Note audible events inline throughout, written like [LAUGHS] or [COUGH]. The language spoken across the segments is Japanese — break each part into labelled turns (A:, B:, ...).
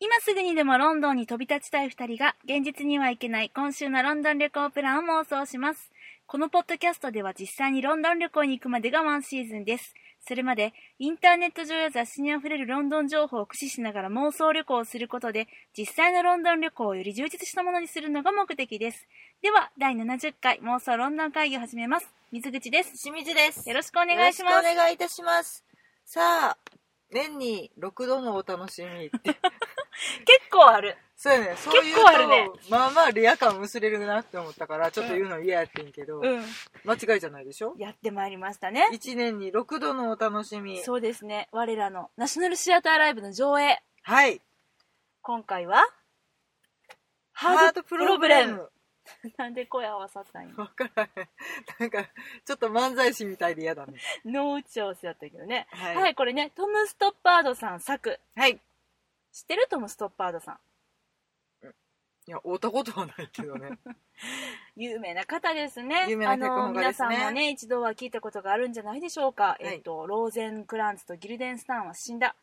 A: 今すぐにでもロンドンに飛び立ちたい二人が現実には行けない今週のロンドン旅行プランを妄想します。このポッドキャストでは実際にロンドン旅行に行くまでがワンシーズンです。それまでインターネット上や雑誌にあふれるロンドン情報を駆使しながら妄想旅行をすることで実際のロンドン旅行をより充実したものにするのが目的です。では第70回妄想ロンドン会議を始めます。水口です。
B: 清水です。
A: よろしくお願いします
B: よろ。くお願いいたします。さあ、年に6度のお楽しみ
A: [LAUGHS]
B: って。
A: 結構ある。
B: そうやね。そういう
A: 結構あるね
B: と、まあまあレア感薄れるなって思ったから、ちょっと言うの嫌やってんけど、
A: うん。
B: 間違いじゃないでしょ
A: やってまいりましたね。
B: ?1 年に6度のお楽しみ。
A: そうですね。我らのナショナルシアターライブの上映。
B: はい。
A: 今回は、 [LAUGHS]
B: ハートプロブレム。。
A: なんで声合わさったんや。
B: わからへん。なんか、ちょっと漫才師みたいで嫌だね。
A: 脳打ち合わせやったけどね。
B: は
A: はい、これね、トム・ストッパードさん作。
B: はい。い
A: 知ってるトム・ストッパードさん。
B: や、会ったことはないけ
A: [LAUGHS]
B: どね。
A: 有名な方ですね。
B: 有名な脚本家ですね
A: あの、皆さんもね、一度は聞いたことがあるんじゃないでしょうか。
B: い
A: えっと、ローゼン・クランツとギルデン・スタンは死んだ。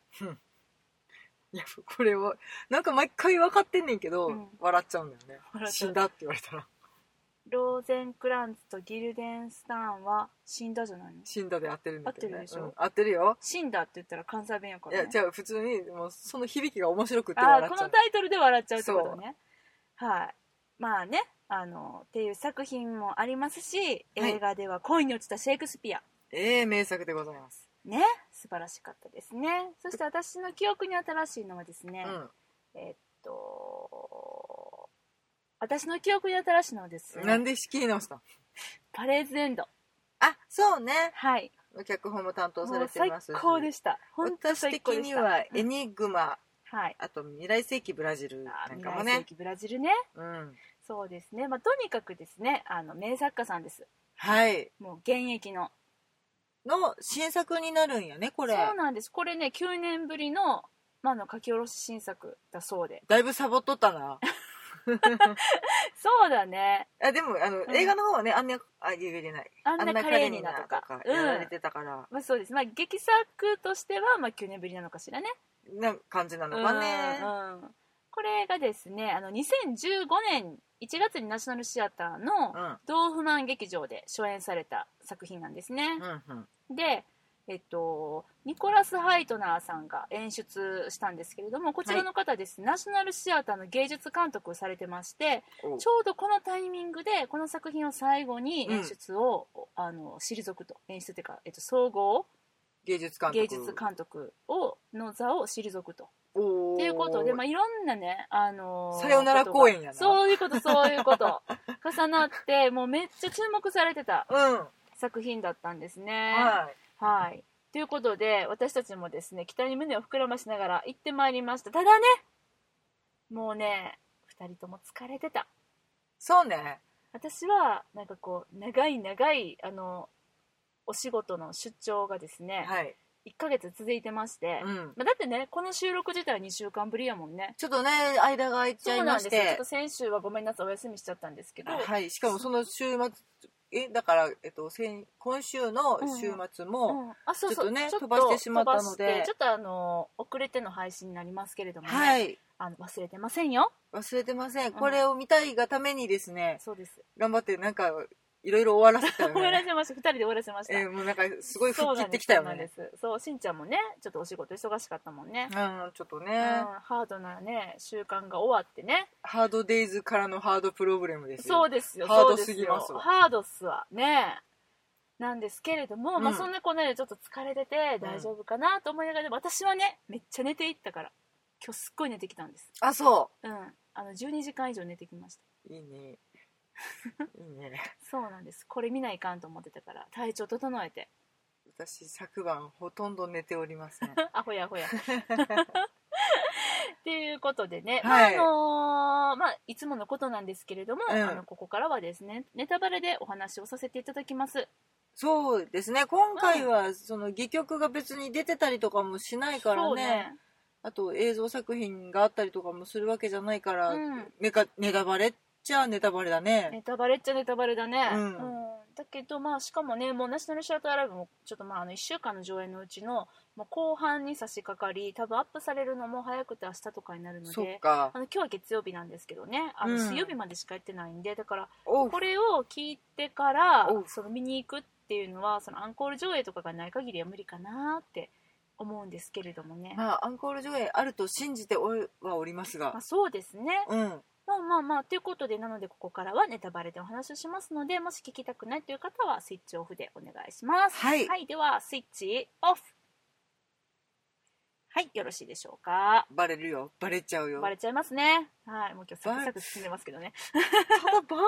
B: いや、これは、なんか毎回分かってんねんけど、
A: うん
B: 笑っちゃうんだよね。
A: 笑っち
B: 死
A: ゃうん
B: だって言われたら。
A: ローゼン・クランツとギルデン・スタンは死んだじゃないの
B: 死んだで合ってるんだけど、ね、
A: 合ってるでしょ
B: うん合ってるよ
A: 死んだって言ったら関西弁やか
B: い
A: ら、
B: や
A: ね。
B: 違う普通にもうその響きが面白くて
A: あ
B: 笑
A: ー
B: っ
A: こ
B: ちゃ
A: の
B: う
A: タイトルで笑っちゃうってことねはいまあねあのっていう作品もありますし
B: はい
A: 映画では恋に落ちたシェイクスピア、
B: ええ名作でございます、
A: ね素晴らしかったですねそして私の記憶に新しいのはですね、えっと私の記憶に新しいのはです
B: うんなん
A: ね
B: で仕切り直したの
A: パレーズエンド
B: あそうね
A: はい
B: 脚本も担当さ
A: も
B: れ
A: う
B: てい
A: 最
B: ます
A: 高で
B: し
A: した本当
B: 私
A: 最
B: 的
A: 高でし
B: に
A: た
B: はエニグマ、
A: はい
B: あと未来世紀ブラジル
A: あー
B: なん
A: 未
B: か
A: 来
B: も
A: 世
B: ね
A: 紀ブラジルね
B: うん
A: そうですねまあとにかくですねあの名作家さんです
B: はい
A: もう現役の
B: の新作になるんやねこれ
A: そうなんですこれね9年ぶりの,、まあ、あの書き下ろし新作だそうで
B: だいぶサボっとった
A: [LAUGHS]
B: な
A: そうだね
B: あでもあの、
A: ん
B: 映画の方はねあんなあ言えれない
A: あんな華麗になとか
B: あんな華麗
A: う
B: になやられ
A: ん
B: てたから、
A: まあ、そうです、まあ、劇作としては、まあ、9年ぶりなのかしらね
B: な感じなのかね
A: うんうんこれがですねあの2015年1月にナショナルシアターの
B: うん
A: ドーフマン劇場で初演された作品なんですね、
B: うんうん
A: でえっと、ニコラス・ハイトナーさんが演出したんですけれどもこちらの方です、ねナショナルシアターの芸術監督をされてまして
B: おう
A: ちょうどこのタイミングでこの作品を最後に演出を、あの退くと演出というか、えっと、総合
B: 芸術監督
A: 芸術監督をの座を退くと。
B: お
A: ということで、まあ、
B: あ、
A: いろんなね、あのー
B: さよなら公演やな
A: ことがそういうことそういうこと
B: [LAUGHS]
A: 重なってもうめっちゃ注目されてた
B: うん、
A: 作品だったんですね。
B: はい
A: はいということで私たちもですね期待に胸を膨らましながら行ってまいりましたただねもうね2人とも疲れてた。
B: そうね
A: 私はなんかこう長い長いあのお仕事の出張がですね、
B: はい、
A: 1ヶ月続いてまして、
B: うん、
A: まあ、だってねこの収録自体は2週間ぶりやもんね
B: ちょっとね間が空いちゃいまし
A: そうなんですよちょってと先週はごめんなさいお休みしちゃったんですけど、
B: はいしかもその週末えだから、えっと、先今週の週末も、
A: うんあそうそう
B: ちょっとね飛ばしてしまったので
A: 飛ばしてちょっとあの遅れての配信になりますけれどもね、
B: はい
A: あの忘れてませんよ
B: 忘れてません、
A: うん
B: これを見たいがためにですね
A: そうです
B: 頑張ってなんかいろいろ終わらせたよ
A: 終わら
B: ね
A: せました2人で終わらせました、
B: えーもうなんかすごい吹っ切ってきた
A: そ
B: よ
A: うなんで
B: ね
A: すそうなんですそうしんちゃんもねちょっとお仕事忙しかったもんね
B: うんちょっとね、
A: うんハードなね習慣が終わってね
B: ハードデイズからのハードプログラムですよ
A: そうですよ
B: ハードすぎます
A: そう
B: わ
A: ですよハードっすわねなんですけれども、ま
B: う
A: あ
B: ん
A: そんなこんなでちょっと疲れてて大丈夫かなと思いながら、でも私はねめっちゃ寝ていったから今日すっごい寝てきたんです
B: あそ
A: うんあの12時間以上寝てきました
B: ういい
A: [LAUGHS]
B: ねいいね
A: そうなんですこれ見ないかんと思ってたから体調整えて
B: 私昨晩ほとんど寝ており
A: [LAUGHS]
B: ますね
A: アホやアホ
B: [LAUGHS]
A: やっていうことでね、
B: はい
A: まああのーまあ、いつものことなんですけれども、
B: うん
A: あのここからはですねネタバレでお話をさせていただきます
B: そうですね今回はその戯曲が別に出てたりとかもしないから
A: そう
B: ねあと映像作品があったりとかもするわけじゃないから、
A: うん
B: ネカネタバレっちゃネタバレだね
A: ネタバレっちゃネタバレだね、
B: う
A: うんんだけど、まあ、しかもね、もうナショナルシアターライブも、ちょっとまあ、あの、1週間の上映のうちの、まあ、後半に差し掛かり、多分アップされるのも早くて明日とかになるの
B: そっ
A: で、
B: か
A: あの、今日は月曜日なんですけどね、あの、
B: うん
A: 水曜日までしかやってないんで、だから、
B: おう
A: これを聞いてから
B: おう
A: その見に行くっていうのはそのアンコール上映とかがない限りは無理かなって思うんですけれどもね、ま
B: まあアンコール上映あると信じておるはおります
A: あ、
B: が
A: そうですね
B: うん
A: まあまあまあということでなのでここからはネタバレでお話をしますのでもし聞きたくないという方はスイッチオフでお願いします
B: はい
A: はい、ではスイッチオフはいよろしいでしょうか
B: バレるよバレちゃうよ
A: バレちゃいますねはいもう今日サクサク進んでますけどね
B: ただバレ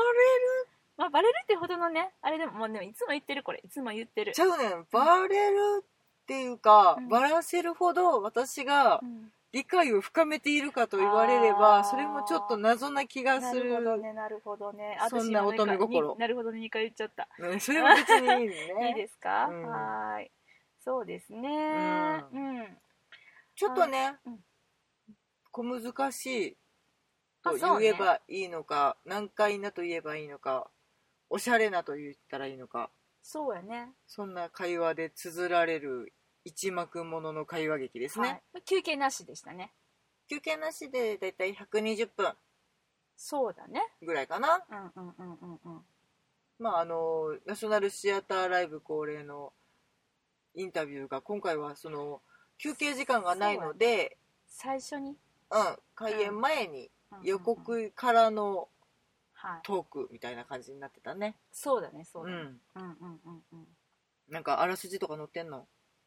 A: まあバレるってほどのねあれでももうでもいつも言ってるこれいつも言ってる
B: ちゃうねんバレるっていうか、
A: うん
B: バラせるほど私が
A: うん
B: 理解を深めているかと言われれば、
A: あー
B: それもちょっと謎な気が
A: な
B: す
A: るほ
B: る
A: どねなるほどねあ
B: そんな
A: 私今
B: 乙女
A: な
B: 心
A: んかになるほどね2回言っちゃった、
B: ねそれは別にいい
A: [LAUGHS] いい
B: ね
A: ですか、
B: うん
A: はーいそうですねう、
B: うんちょっとね、
A: うん
B: 小難しい
A: あ
B: と
A: そうね
B: 言えばいいのか、難解なと言えばいいのかおしゃれなと言ったらいいのか
A: そうやね
B: そんな会話で綴られる一幕ものの会話劇ですね、
A: はい、休憩なしでしたね
B: 休憩なしでだいたい120分
A: そうだね
B: ぐらいかな
A: うんうんうんうんうん
B: まああのナショナルシアターライブ恒例のインタビューが今回はその休憩時間がないので
A: 最初に
B: う、ん、開演前に
A: うんうんうん
B: 予告からの
A: はい
B: トークみたいな感じになってたね、
A: そうだねそう
B: う
A: だね、
B: ん、
A: うん、うんうんうん
B: なんかあらすじとか載ってんの、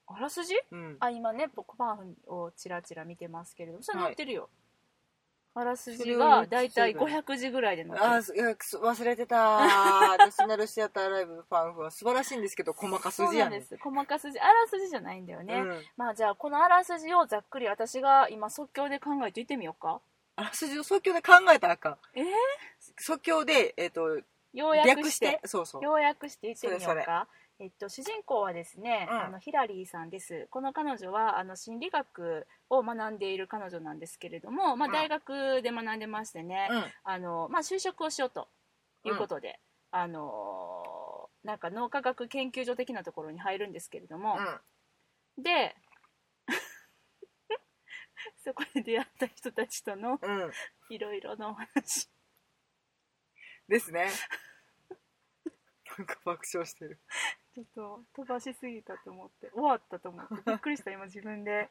A: あらすじ
B: うん、
A: あ今ね僕パンフをちらちら見てますけれどもそれ載ってるよ、あらす
B: そ
A: じ
B: れを言っ
A: が
B: て
A: だいたい
B: そうだ
A: 500字ぐらいで載ってる
B: あーすいやくそ忘れてたナショナルシアターライブのファンフは素晴らしいんですけど細かす
A: そう
B: じ
A: な
B: や
A: ん
B: ね
A: で
B: ん
A: す細かすじあらすじじゃないんだよね、
B: うん
A: まあじゃあこのあらすじをざっくり私が今即興で考えていってみようか
B: あらすじを即興で考えたらあかん
A: えー
B: 即興で、えっと
A: 要約して
B: 略してそうそう
A: 要約して言ってみようか
B: それそ
A: えっと、主人公はですね、
B: うん
A: あのヒラリーさんですこの彼女はあの心理学を学んでいる彼女なんですけれども、まあ、
B: うん
A: 大学で学んでましてね、
B: うん
A: あのまあ、就職をしようということで、あのーなんか脳科学研究所的なところに入るんですけれども、で [LAUGHS] そこで出会った人たちとの
B: うんうん
A: いろいろなお話
B: です [LAUGHS] ねなんか爆笑してる
A: [LAUGHS] ちょっと飛ばしすぎたと思って終わったと思って
B: [LAUGHS]
A: びっくりした今自分で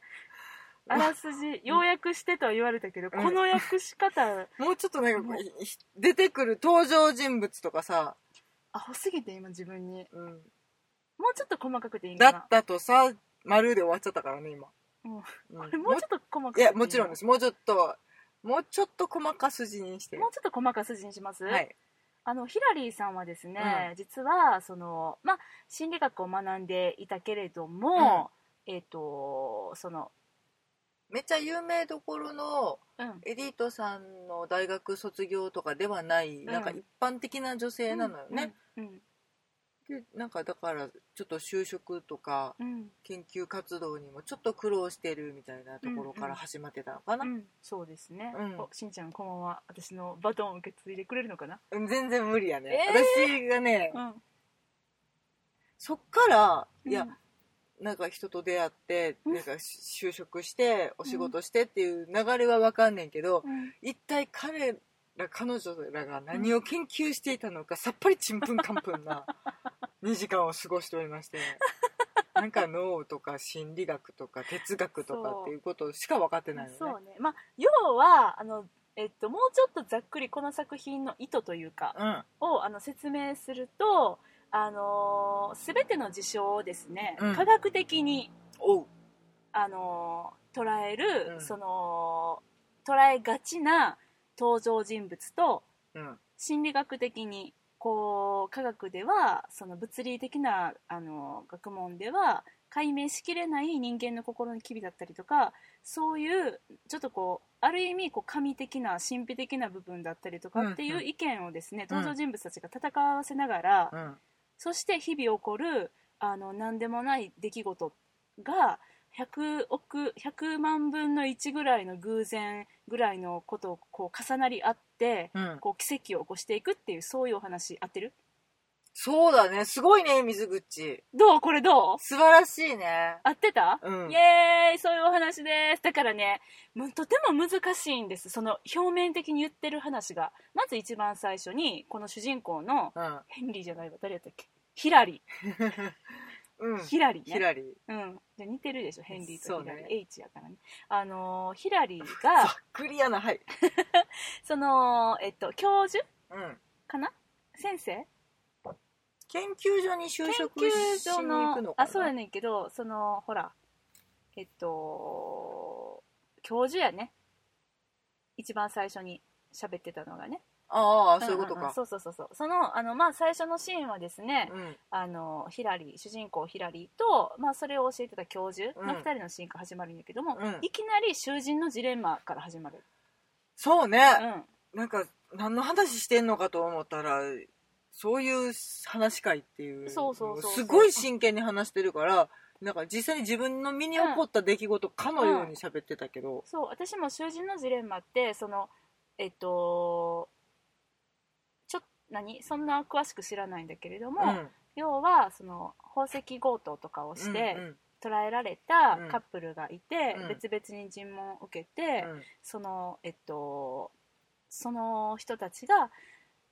A: あらすじ要約してとは言われたけど、
B: うん
A: この訳し方
B: もうちょっとなんかこういい出てくる登場人物とかさ、
A: アホすぎて今自分に
B: うん、
A: もうちょっと細かくていいん
B: だ
A: かな
B: ったとさ丸で終わっちゃったからね今、
A: うんこ
B: うん
A: れもうちょっと細かく
B: い
A: ていい
B: や
A: の
B: もちろんですもうちょっともうちょっと細か筋にして
A: もうちょっと細かすじにします、
B: はい
A: あのヒラリーさんはですね、実はその、まあ、心理学を学んでいたけれども、えっ、とその、
B: めっちゃ有名どころの
A: うん、
B: エリートさんの大学卒業とかではない、なんか一般的な女性なのよね、
A: うん。うん
B: でなんかだからちょっと就職とか
A: うん
B: 研究活動にもちょっと苦労してるみたいなところから始まってたのかな、
A: うんそうですね、
B: うん
A: おしんちゃんこんばんは私のバトンを受け継いでくれるのかな、
B: うん全然無理やね、私がね、
A: ん、
B: そっからいや、
A: うん
B: なんか人と出会って
A: うん
B: なんか就職してお仕事してっていう流れは分かんねんけど、
A: うん
B: 一体彼ら彼女らが何を研究していたのかさっぱりちんぷんかんぷん
A: [LAUGHS]
B: な2時間を過ごしておりましてなんか脳とか心理学とか哲学とか
A: そう
B: っていうことしか分かってない
A: そ
B: よ
A: う
B: ね。
A: ねまあ要はあの、えっと、もうちょっとざっくりこの作品の意図というか
B: うん
A: をあの説明すると、あのー全ての事象をですね、
B: うん
A: 科学的に
B: おう
A: あのー捉える、
B: うん
A: その捉えがちな登場人物と
B: うん
A: 心理学的にこう科学ではその物理的なあのー学問では解明しきれない人間の心の機微だったりとかそういうちょっとこうある意味こう神的な神秘的な部分だったりとかってい
B: ん
A: う
B: う
A: うん意見をですね、
B: うん
A: 登場人物たちが戦わせながら、
B: うん
A: そして日々起こるあの何でもない出来事が100億100万分の1ぐらいの偶然ぐらいのことをこう重なり合って
B: うん
A: こう奇跡を起こしていくっていうそういうお話合ってる
B: そうだね。すごいね、水口。
A: どうこれどう
B: 素晴らしいね。
A: 合ってた、
B: うん
A: イエーイそういうお話ですだからねむとても難しいんですその表面的に言ってる話がまず一番最初にこの主人公の
B: うん。
A: ヘンリーじゃないわ誰やったっけヒラリ
B: うん
A: ー。ヒラリーね
B: ヒラリー。
A: うん、じゃ似てるでしょヘンリーとヒラリ
B: そうね
A: ー、H やからねあのーヒラリー
B: ざっ
A: が
B: くりやな、はい。
A: そのえっと教授
B: うん。
A: かな先生
B: 研究所に就
A: 研
B: 職
A: 究
B: しに
A: 所
B: 行く
A: の
B: のかな
A: あそうやねんけどそのほらえっと教授やね一番最初に喋ってたのがね
B: ああ、そういうこと
A: んんん
B: か。
A: そうそうそうそうそのあのまあ最初のシーンはですね、
B: うん。
A: あのヒラリー主人公ヒラリーと、まあ、それを教えてた教授の
B: うん
A: 2人のシーンから始まるんだけども、
B: うん
A: いきなり囚人のジレンマから始まる、
B: そう
A: う
B: ね。
A: ん、
B: なんか、何の話してんのかと思ったら、そういう話かいっていう。
A: そうそうそう
B: すごい真剣に話してるから、なんか実際に自分の身に起こった出来事かのように喋ってたけど。
A: そう私も囚人のジレンマってそのえっとちょっ何そんな詳しく知らないんだけれども、
B: うん。
A: 要はその宝石強盗とかをして
B: うん
A: 捕らえられた
B: うん
A: カップルがいて、
B: うん
A: 別々に尋問を受けて、
B: うん
A: そのえっとその人たちが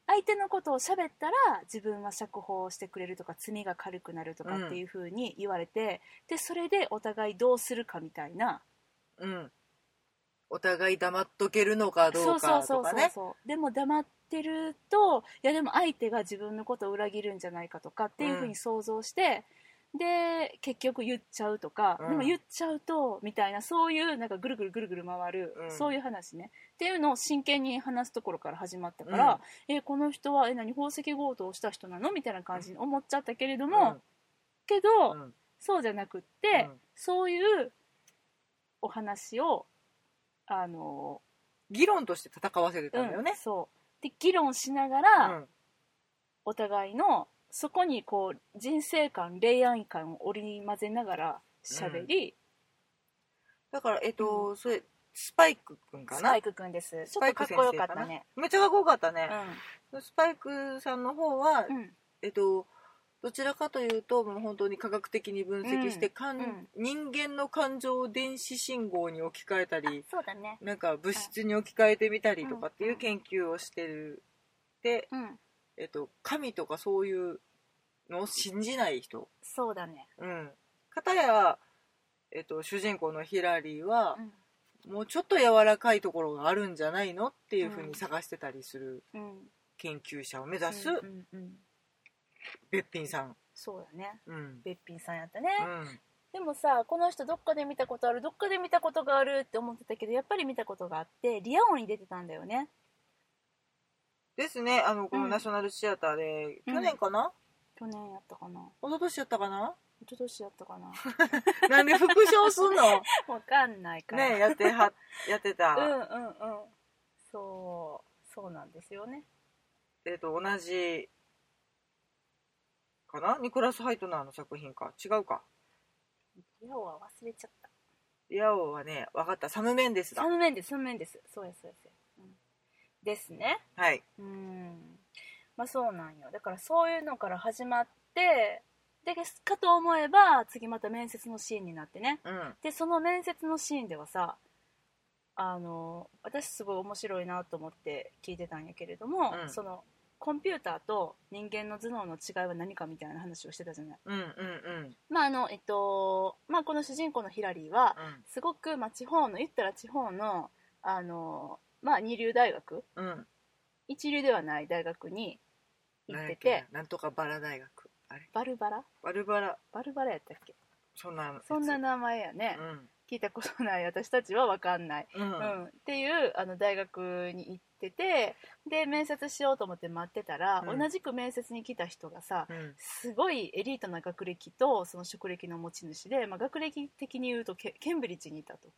A: 相手のことを喋ったら自分は釈放してくれるとか罪が軽くなるとかっていうふうに言われて、でそれでお互いどうするかみたいな
B: うん、お互い黙っとけるのかど
A: そううそ
B: か
A: うそ
B: と
A: うそ
B: か
A: う
B: ね
A: そうでも黙ってるといやでも相手が自分のことを裏切るんじゃないかとかっていうふうに想像して、で結局言っちゃうとか、
B: うん
A: でも言っちゃうとみたいなそういうなんかぐるぐるぐるぐる回る、
B: うん
A: そういう話ねっていうのを真剣に話すところから始まったから、えこの人はえ何宝石強盗をした人なのみたいな感じに思っちゃったけれども、けど、
B: うんうん
A: そうじゃなくって、
B: うん
A: そういうお話をあの
B: 議論として戦わせてたんだよ
A: うん、
B: ね、
A: そうで議論しなが
B: う
A: ら、
B: ん
A: お互いのそこにこう人生観恋愛観を織り交ぜながら喋り、
B: だからえっと、それスパイクくんか
A: ス
B: な
A: パイクくんですち
B: ス
A: ょっ
B: パ
A: とか
B: イク
A: っ
B: 先
A: こよ
B: 生
A: か
B: な
A: ったね
B: めっちゃかっこよかったね、
A: う
B: スパイクさんの方は、
A: ん、うん、
B: えっとどちらかというともう本当に科学的に分析して、
A: うん
B: 感
A: うん
B: 人間の感情を電子信号に置き換えたり
A: そうだね
B: なんか物質に置き換えてみたりとかっていううん研究をしてるで、
A: うん
B: えっと、神とかそういうのを信じない人
A: そうだね
B: うん、片や、えっと、主人公のヒラリーは、もうちょっと柔らかいところがあるんじゃないのっていうふう
A: うん
B: に探してたりする
A: うんうん
B: 研究者を目指す
A: うんうんうん
B: べっぴんさん。
A: そうだね
B: うん
A: べっぴんさんやったね、
B: うん
A: でもさこの人どっかで見たことあるどっかで見たことがあるって思ってたけどやっぱり見たことがあってリア王に出てたんだよね
B: ですねあのこ
A: う
B: の
A: ん
B: ナショナルシアターで、
A: うん
B: 去年かな
A: 去年やったかな
B: 一昨年やったかな
A: 一昨年やったか [LAUGHS] な
B: なんで復唱す
A: [LAUGHS]
B: んの
A: わかんないから
B: ねやってはやってた、
A: うんうんうんそうそうなんですよね
B: えっと同じかなニコラス・ハイトナーの作品か違うか
A: 要は忘れちゃった
B: ヤオはね分かったサム・メンデスだ
A: 3面です3面ですそうやそうやそうや、うん、ですね
B: はい
A: うんまあそうなんよだからそういうのから始まってでかと思えば次また面接のシーンになってね
B: うん
A: でその面接のシーンではさあの私すごい面白いなと思って聞いてたんやけれども、
B: うん
A: そのコンピューターと人間の頭脳の違いは何かみたいな話をしてたじゃない
B: うんうんうん
A: まああのえっとまあ、この主人公のヒラリーはすごく、まあ、地方の言ったら地方のあの、まあ、二流大学
B: うんうん
A: 一流ではない大学に行
B: な
A: っ
B: んや
A: て
B: っけ
A: て
B: ななんとかバラ大学あれ
A: バルバラ
B: バルバラ
A: バルバラやったっけ
B: そんなやつ
A: そんな名前やね、聞いたことない私たちは分かんない、
B: うんうん
A: うんっていうあの大学に行っててで面接しようと思って待ってたら、
B: うん
A: 同じく面接に来た人がさ、
B: うん
A: すごいエリートな学歴とその職歴の持ち主で、まあ、学歴的に言うとケケンブリッジにいたと。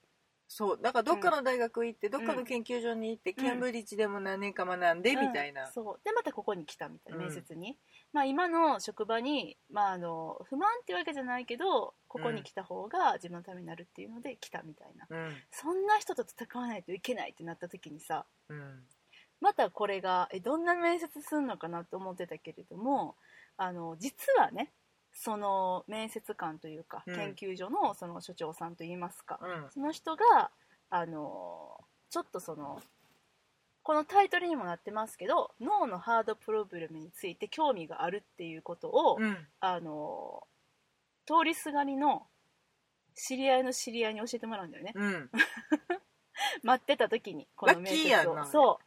B: そうだからどっかの大学行って、どっかの研究所に行って、
A: うん
B: ケンブリッジでも何年か学んで、みたい
A: うん
B: な
A: そうでまたここに来たみたいな
B: うん
A: 面接に、まあ、今の職場に、まあ、あの不満っていうわけじゃないけどここに来た方が自分のためになるっていうので来たみたいな、
B: うん
A: そんな人と戦わないといけないってなった時にさ
B: うん
A: またこれがえどんな面接するのかなと思ってたけれどもあの実はねその面接官というか、
B: うん
A: 研究所のその所長さんといいますか、
B: うん
A: その人があのちょっとそのこのタイトルにもなってますけど脳のハードプロブレムについて興味があるっていうことを、
B: うん
A: あの通りすがりの知り合いの知り合いに教えてもらうんだよね、
B: うん
A: 待ってた時にこの面
B: ラッキー
A: 接
B: やん
A: を
B: な
A: そう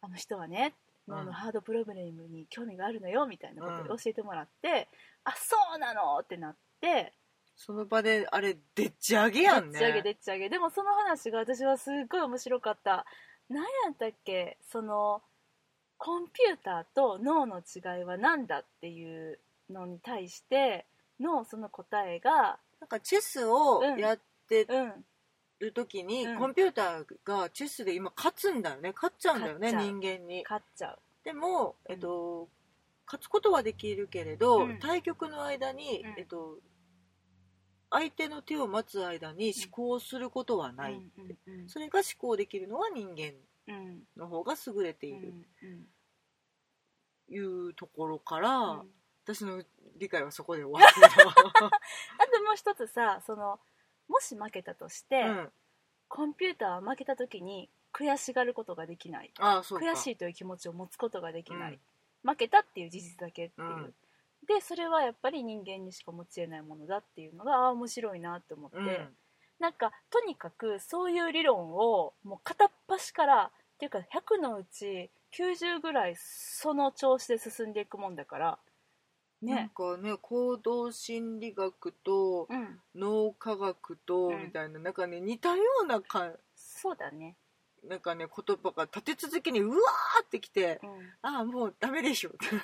A: あの人はね
B: うん
A: 脳のハードプログラムに興味があるのよみたいなことで
B: うん
A: 教えてもらって、あそうなのってなって
B: その場であれでっち上げ
A: で
B: や
A: っ
B: んね
A: ち上げでっち上げでもその話が私はすっごい面白かった何やったっけそのコンピューターと脳の違いは何だっていうのに対してのその答えが
B: なんかチェスをやって
A: うん
B: る時に、
A: うん
B: コンピューターがチェスで今勝つんだよね勝っちゃうんだよね
A: 勝っちゃう
B: 人間に
A: 勝っちゃう
B: でも、
A: うん
B: えっと、勝つことはできるけれど、
A: うん
B: 対局の間に、
A: うん
B: えっと、相手の手を待つ間に思考することはない、
A: うんうん
B: それが思考できるのは人間
A: うんうん
B: の方が優れている
A: う
B: というところから、
A: んうん
B: 私の理解はそこで終
A: [LAUGHS]
B: わって
A: あともう一つさそのもし負けたとして、
B: た、うん、
A: コンピューターは負けた時に悔しがることができない
B: ああそうか
A: 悔しいという気持ちを持つことができない、負けたっていう事実だけっていう、
B: うん
A: でそれはやっぱり人間にしか持ち得ないものだっていうのがああ面白いなって思って、
B: うんうん
A: なんかとにかくそういう理論をもう片っ端からっていうか100のうち90ぐらいその調子で進んでいくもんだから
B: なん
A: ね、
B: かね行動心理学と
A: うん、
B: 脳科学と
A: うん
B: みたいな、なんかね似たようなか
A: そうだね、
B: なんかね言葉が立て続けにうわーってきて
A: うん、
B: ああもうダメでしょってこ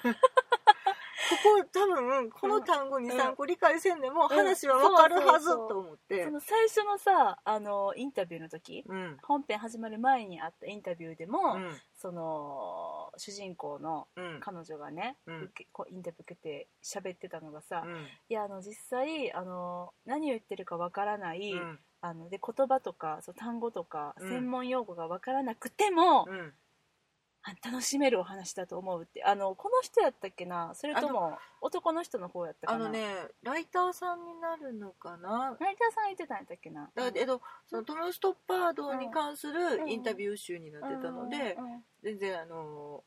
B: こ多分この単語
A: うん
B: 23個理解せんでも話はわかるはず
A: そうそうそう
B: と思って
A: その最初のさあのインタビューの時
B: うんうん
A: 本編始まる前にあったインタビューでも、
B: うん
A: その主人公の
B: うん
A: 彼女がね、
B: うん
A: 受けこうインタビュー受けて喋ってたのがさ、
B: う
A: い
B: ん
A: やあの実際あの何を言ってるかわからない、
B: うん
A: あので言葉とかそう単語とか
B: うん
A: 専門用語がわからなくても、
B: うん
A: あ楽しめるお話だと思うってあのこの人やったっけなそれとも男の人の方やった
B: あ
A: かな
B: のねライターさんになるのかな
A: 成田さん言ってたんやったっけな
B: だえっとそのトム・ストッパードに関するインタビュー集になってたので、
A: うんうん
B: 全然あの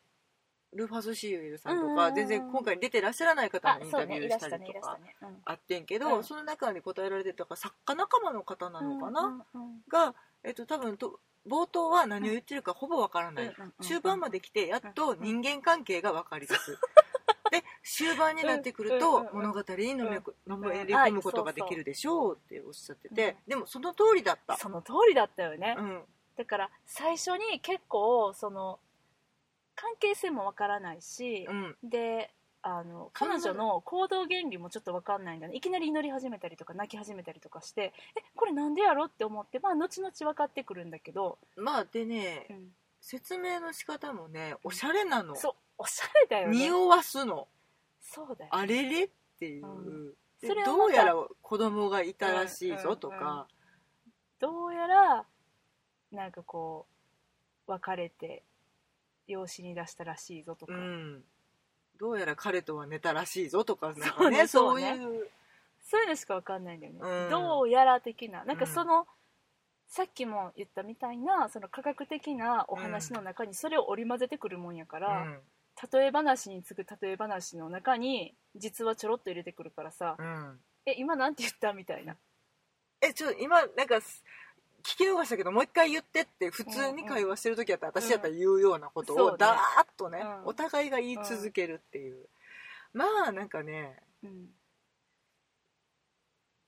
B: ルーファス・シーユイルさ
A: う
B: ん
A: んう
B: と
A: んうんう
B: か
A: ん
B: 全然今回出てらっしゃらない方
A: あ
B: のイン
A: そう
B: タ
A: ね
B: ビュ
A: い
B: ー
A: ら
B: し
A: したた
B: り
A: ねいら
B: と
A: した
B: か
A: ね、うん
B: あってんけ
A: うん
B: どその中に答えられてたから作家仲間の方なのかながえっと多分と冒頭は何を言ってるかほぼわからない中盤ま
A: で
B: で来てやっと人間関係がわかります
A: [LAUGHS]
B: で終盤になってくる
A: うん
B: と
A: うんうん
B: 物語に飲み込飲み込むことができるでしょうっておっしゃって
A: うん
B: てでもその通りだった
A: その通りだったよね、
B: うん
A: だから最初に結構その関係性もわからないし
B: う、ん
A: であの
B: そん
A: 彼
B: な
A: 女の行動原理もちょっとわかんないんだねいきなり祈り始めたりとか泣き始めたりとかしてえこれなんでやろって思ってまあ後々分かってくるんだけど、
B: まあでね
A: うん
B: 説明の仕方もねおしゃれなの
A: そうおしゃれだよね
B: 匂わすの
A: そうだよ
B: あれれっていう、
A: うん
B: で
A: それはまた
B: どうやら子供がいたらしいぞとか、
A: どうやらなんかこう別れて養子に出したらしいぞと
B: う
A: か、
B: んどうやら彼とは寝たらしいぞとかなん
A: そう
B: か
A: ね
B: ね
A: そ
B: そうう
A: ね
B: いう
A: そういうのしかわかんないんだよね、
B: うん
A: どうやら的ななんか
B: うん
A: その、さっきも言ったみたいなその科学的なお話の中にそれを織り交ぜてくるもんやか
B: う
A: ら、
B: ん
A: 例え話に次ぐ例え話の中に実はちょろっと入れてくるからさ「
B: うん
A: え今なんて言った?」みたいな
B: えちょ今なんかす聞き逃したけどもう一回言ってって普通に会話してる時やったら
A: うんうん
B: 私やったら言うようなこと
A: そうね
B: をだーっとね、
A: うん
B: お互いが言い続けるっていう、まあなんかね
A: うん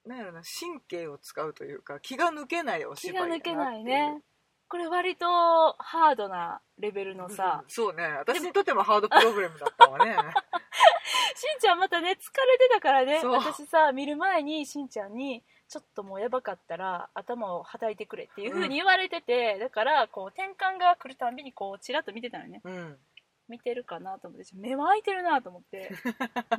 B: なんやろな神経を使うというか気が抜けないお
A: 気が
B: 芝居だ
A: 抜け
B: な
A: な
B: って
A: いうねこれ割とハードなレベルのさ
B: うん、そうね私にとってもハードプログラムだったわね
A: しんちゃんまたね疲れてたからね
B: そう
A: 私さ見る前にしんちゃんにちょっともうやばかったら頭をはたいてくれっていう風に言われてて、だからこう転換が来るたんびにこうちらっと見てたのね
B: うん
A: 見てるかなと思って目は開いてるなと思って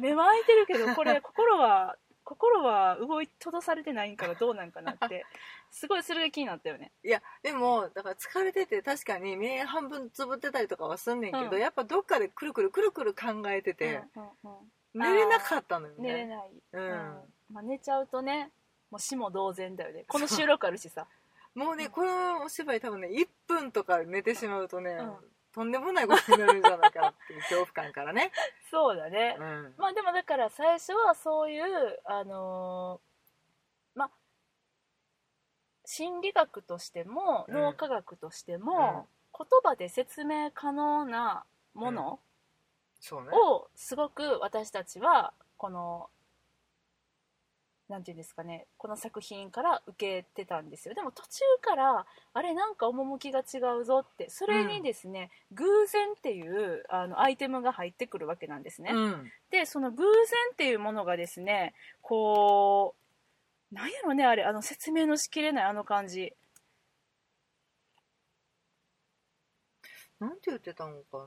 A: 目は開いてるけどこれ心は心は動い閉ざされてないんからどうなんかなってすごいそれが気になったよね
B: いやでもだから疲れてて確かに目半分つぶってたりとかはすんねんけど、
A: うん
B: やっぱどっかでくるくるくるくる考えてて、
A: うんうんうん
B: 寝れなかったのよ
A: 寝れ
B: ね
A: ない、
B: うん
A: まあ、寝ちゃうとねもう死も同然だよねこの収録あるしさ
B: もうねこのお芝居多分ね1分とか寝てしまうとね、
A: うん
B: とんでもないことになるんじゃないかっていう恐怖感か
A: [LAUGHS]
B: らね、
A: そうだね
B: う、ん、
A: まあでもだから最初はそういうあのーまあ心理学としても
B: うん
A: 脳科学としても、
B: うん
A: 言葉で説明可能なもの
B: そうね
A: をすごく私たちはこのなんていうんですかねこの作品から受けてたんですよでも途中からあれなんか趣が違うぞってそれにですね、偶然っていうあのアイテムが入ってくるわけなんですね、
B: うん
A: でその偶然っていうものがですねこうなんやろねあれあの説明のしきれないあの感じ
B: なんて言ってたのかな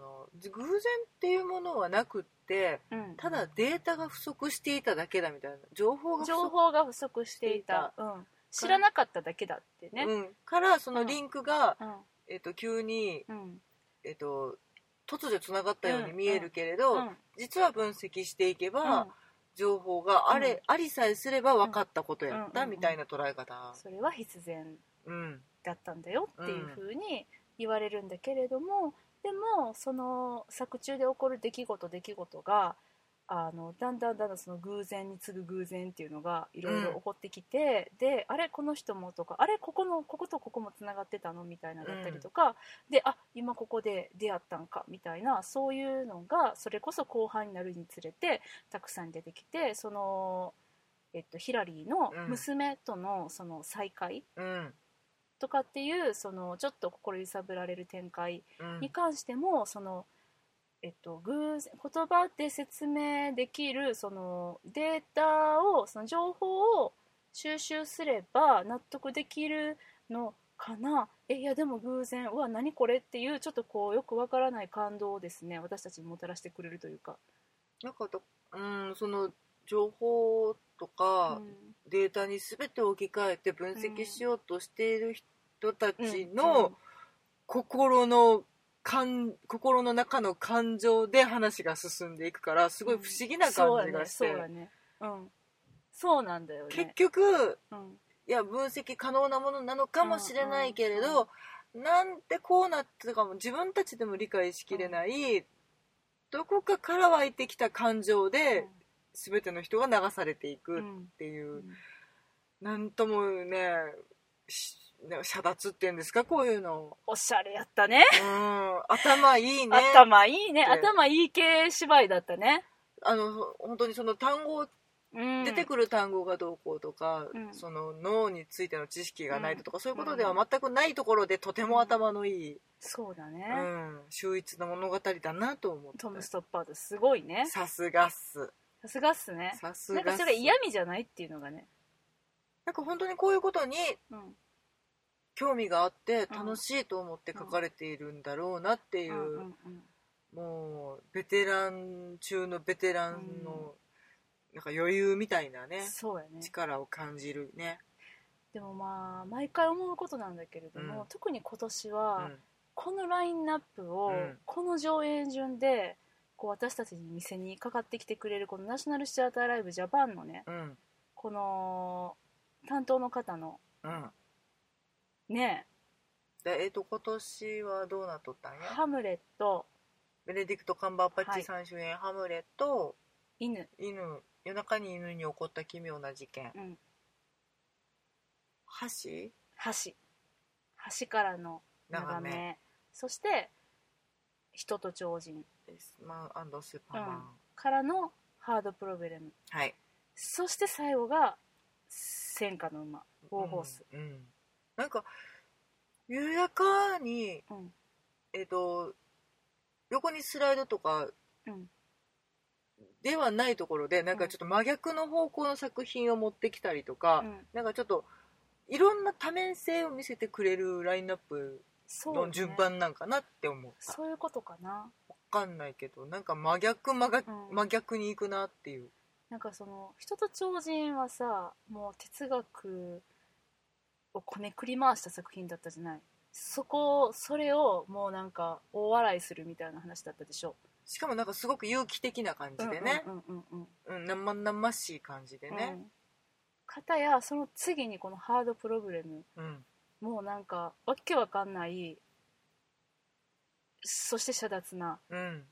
B: 偶然っていうものはなくって
A: うん
B: ただデータが不足していただけだみたいな情報が不足
A: 情報が不足していたうん、知らなかっただけだってね
B: うん、からそのリンクが、
A: うん
B: えっと急に、
A: うん
B: えっと突如つながったように見えるけれ
A: う
B: ど、
A: ん
B: 実は分析していけば、
A: うん
B: 情報があれ、ありさえすれば分かったことやっ
A: うんうんうんう
B: た
A: ん
B: みたいな捉え方、
A: それは必然
B: うん
A: だったんだよっていうふうに言われるんだけれども、でもその作中で起こる出来事出来事があのだんだんだんだんその偶然に次ぐ偶然っていうのがいろいろ起こってきて、であれこの人もとかあれここのこことここもつながってたのみたいなだったりとか、であ今ここで出会ったんかみたいなそういうのがそれこそ後半になるにつれてたくさん出てきてその、えっと、ヒラリーの娘とのその再会、
B: うん
A: とかっていうそのちょっと心揺さぶられる展開
B: うん
A: に関しても、その、えっと、偶然言葉で説明できるそのデータをその情報を収集すれば納得できるのかなえいやでも偶然うわ何これっていうちょっとこうよくわからない感動をですね私たちにもたらしてくれるというか。
B: なんかとうんその情報と
A: う
B: か
A: ん
B: データに全て置き換えて分析しようとしている人たちの心の感心の中の感情で話が進んでいくからすごい不思議な感じがして、
A: そうだねそうだね、うん、そうなんだよね
B: 結局
A: うん
B: いや分析可能なものなのかもしれないけれど、なんでこうなってたかも自分たちでも理解しきれない、どこかから湧いてきた感情で全ての人が流されていく
A: う
B: っ
A: ん
B: ていうう、
A: ん
B: なんともねしなんか遮奪っていうんですかこういうの、
A: おしゃれやったね
B: うん、頭いいね
A: 頭いいね
B: で
A: 頭いい系芝居だったね、
B: あの本当にその単語
A: うん、
B: 出てくる単語がどうこうとか、
A: うん
B: その脳についての知識がないとか、そういうことでは全くないところでとても頭のいい、
A: そうだね、
B: うん、秀逸な物語だなと思って
A: トム・ストッパーズすごいね
B: さすがっす
A: さすがっすね
B: さすが
A: な
B: っ
A: んか
B: す
A: それ嫌味じゃないっていうのがね、
B: なんか本当にこういうことに
A: うん
B: 興味があって楽しいと思って書かれているんだろうなっていう、
A: うんうんうん
B: もうベテラン中のベテランのなんか余裕みたいなね、
A: そうやね
B: 力を感じるね、
A: でもまあ毎回思うことなんだけれども、
B: うん
A: 特に今年
B: う
A: は、
B: ん
A: このラインナップを、
B: うん
A: この上映順でこう私たちに店にかかってきてくれるこのナショナルシアターライブジャパンのね
B: うん
A: この担当の方の
B: うん、
A: ね
B: でえっ、と今年はどうなっとったんや
A: ハムレット
B: ベネディクト・カンバーパッ
A: は
B: チ
A: い
B: さん主演、ハムレット
A: 犬
B: 犬夜中に犬に起こった奇妙な事件、
A: うん
B: 箸
A: 橋橋からの眺
B: 眺
A: め
B: め
A: そして人と超人
B: ですマンスーパーマン、
A: うんからのハードプログラム
B: はい
A: そして最後が戦火の馬ウォーホース、
B: うん、うんなんか緩やかに
A: うん
B: えっ、と横にスライドとか
A: うん
B: ではないところでなんかちょっと真逆の方向の作品を持ってきたりとか、
A: うん
B: なんかちょっといろんな多面性を見せてくれるラインナップ
A: そうね、
B: の順番なんかなって思った
A: そういうことかな
B: わかんないけどなんか真逆真逆,、
A: うん
B: 真逆に行くなっていう
A: なんかその人と超人はさもう哲学をこねくり回した作品だったじゃないそこそれをもうなんか大笑いするみたいな話だったでしょ
B: しかもなんかすごく有機的な感じでね
A: う、んうんうんうん
B: うん、生々しい感じで
A: うん
B: ね、
A: うんかたやその次にこのハードプログラム
B: うん、
A: もうなんかわけわかんないそして遮奪な
B: うん、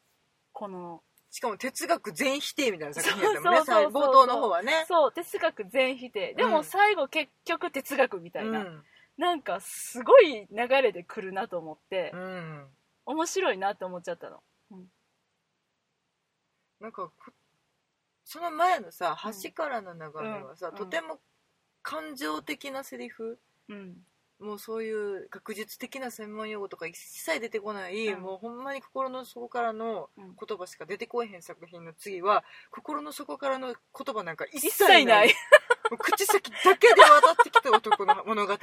A: この
B: しかも哲学全否定みたいな作品やったもんね
A: そうそうそうそう
B: 最後冒頭の方はね
A: そう哲学全否定で
B: う
A: も
B: ん
A: 最後結局哲学みたいな、
B: うん
A: なんかすごい流れで来るなと思って
B: う、ん、
A: 面白いなって思っちゃったの
B: なんかこその前のさ橋からの流れはさ、
A: うん
B: とても感情的なセリフ
A: うん
B: もうそういう学術的な専門用語とか一切出てこない、
A: うん
B: もうほんまに心の底からの
A: うん
B: 言葉しか出てこえへん作品の次は心の底からの言葉なんか一
A: 一
B: 切
A: 切
B: な
A: ないい
B: もう口先だけで渡ってきた男の物語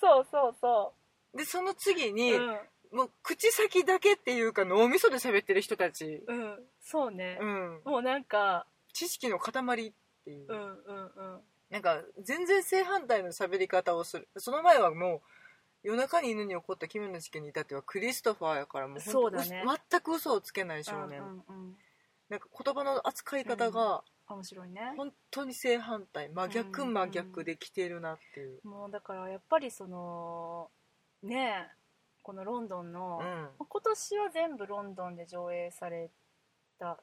A: そうそうそ
B: でその次
A: う
B: に、
A: うん、
B: もう口先だけっていうか脳みそで喋ってる人たち、
A: うん、そうね
B: う、ん、
A: もうなんか
B: 知識の塊っていう、
A: うんうんうん
B: なんか全然正反対の喋り方をするその前はもう夜中に犬に起こった奇妙な事件に至ってはクリストファーやからもう
A: そう
B: 本当
A: だ
B: に
A: ね
B: 全く嘘をつけない少
A: うん
B: 年、
A: うんうん
B: なんか言葉の扱い方が
A: 面白いね
B: 本当に正反対真逆
A: うん
B: 真逆できてるなっていう、
A: もうだからやっぱりそのねえこのロンドンの、
B: うん
A: 今年は全部ロンドンで上映された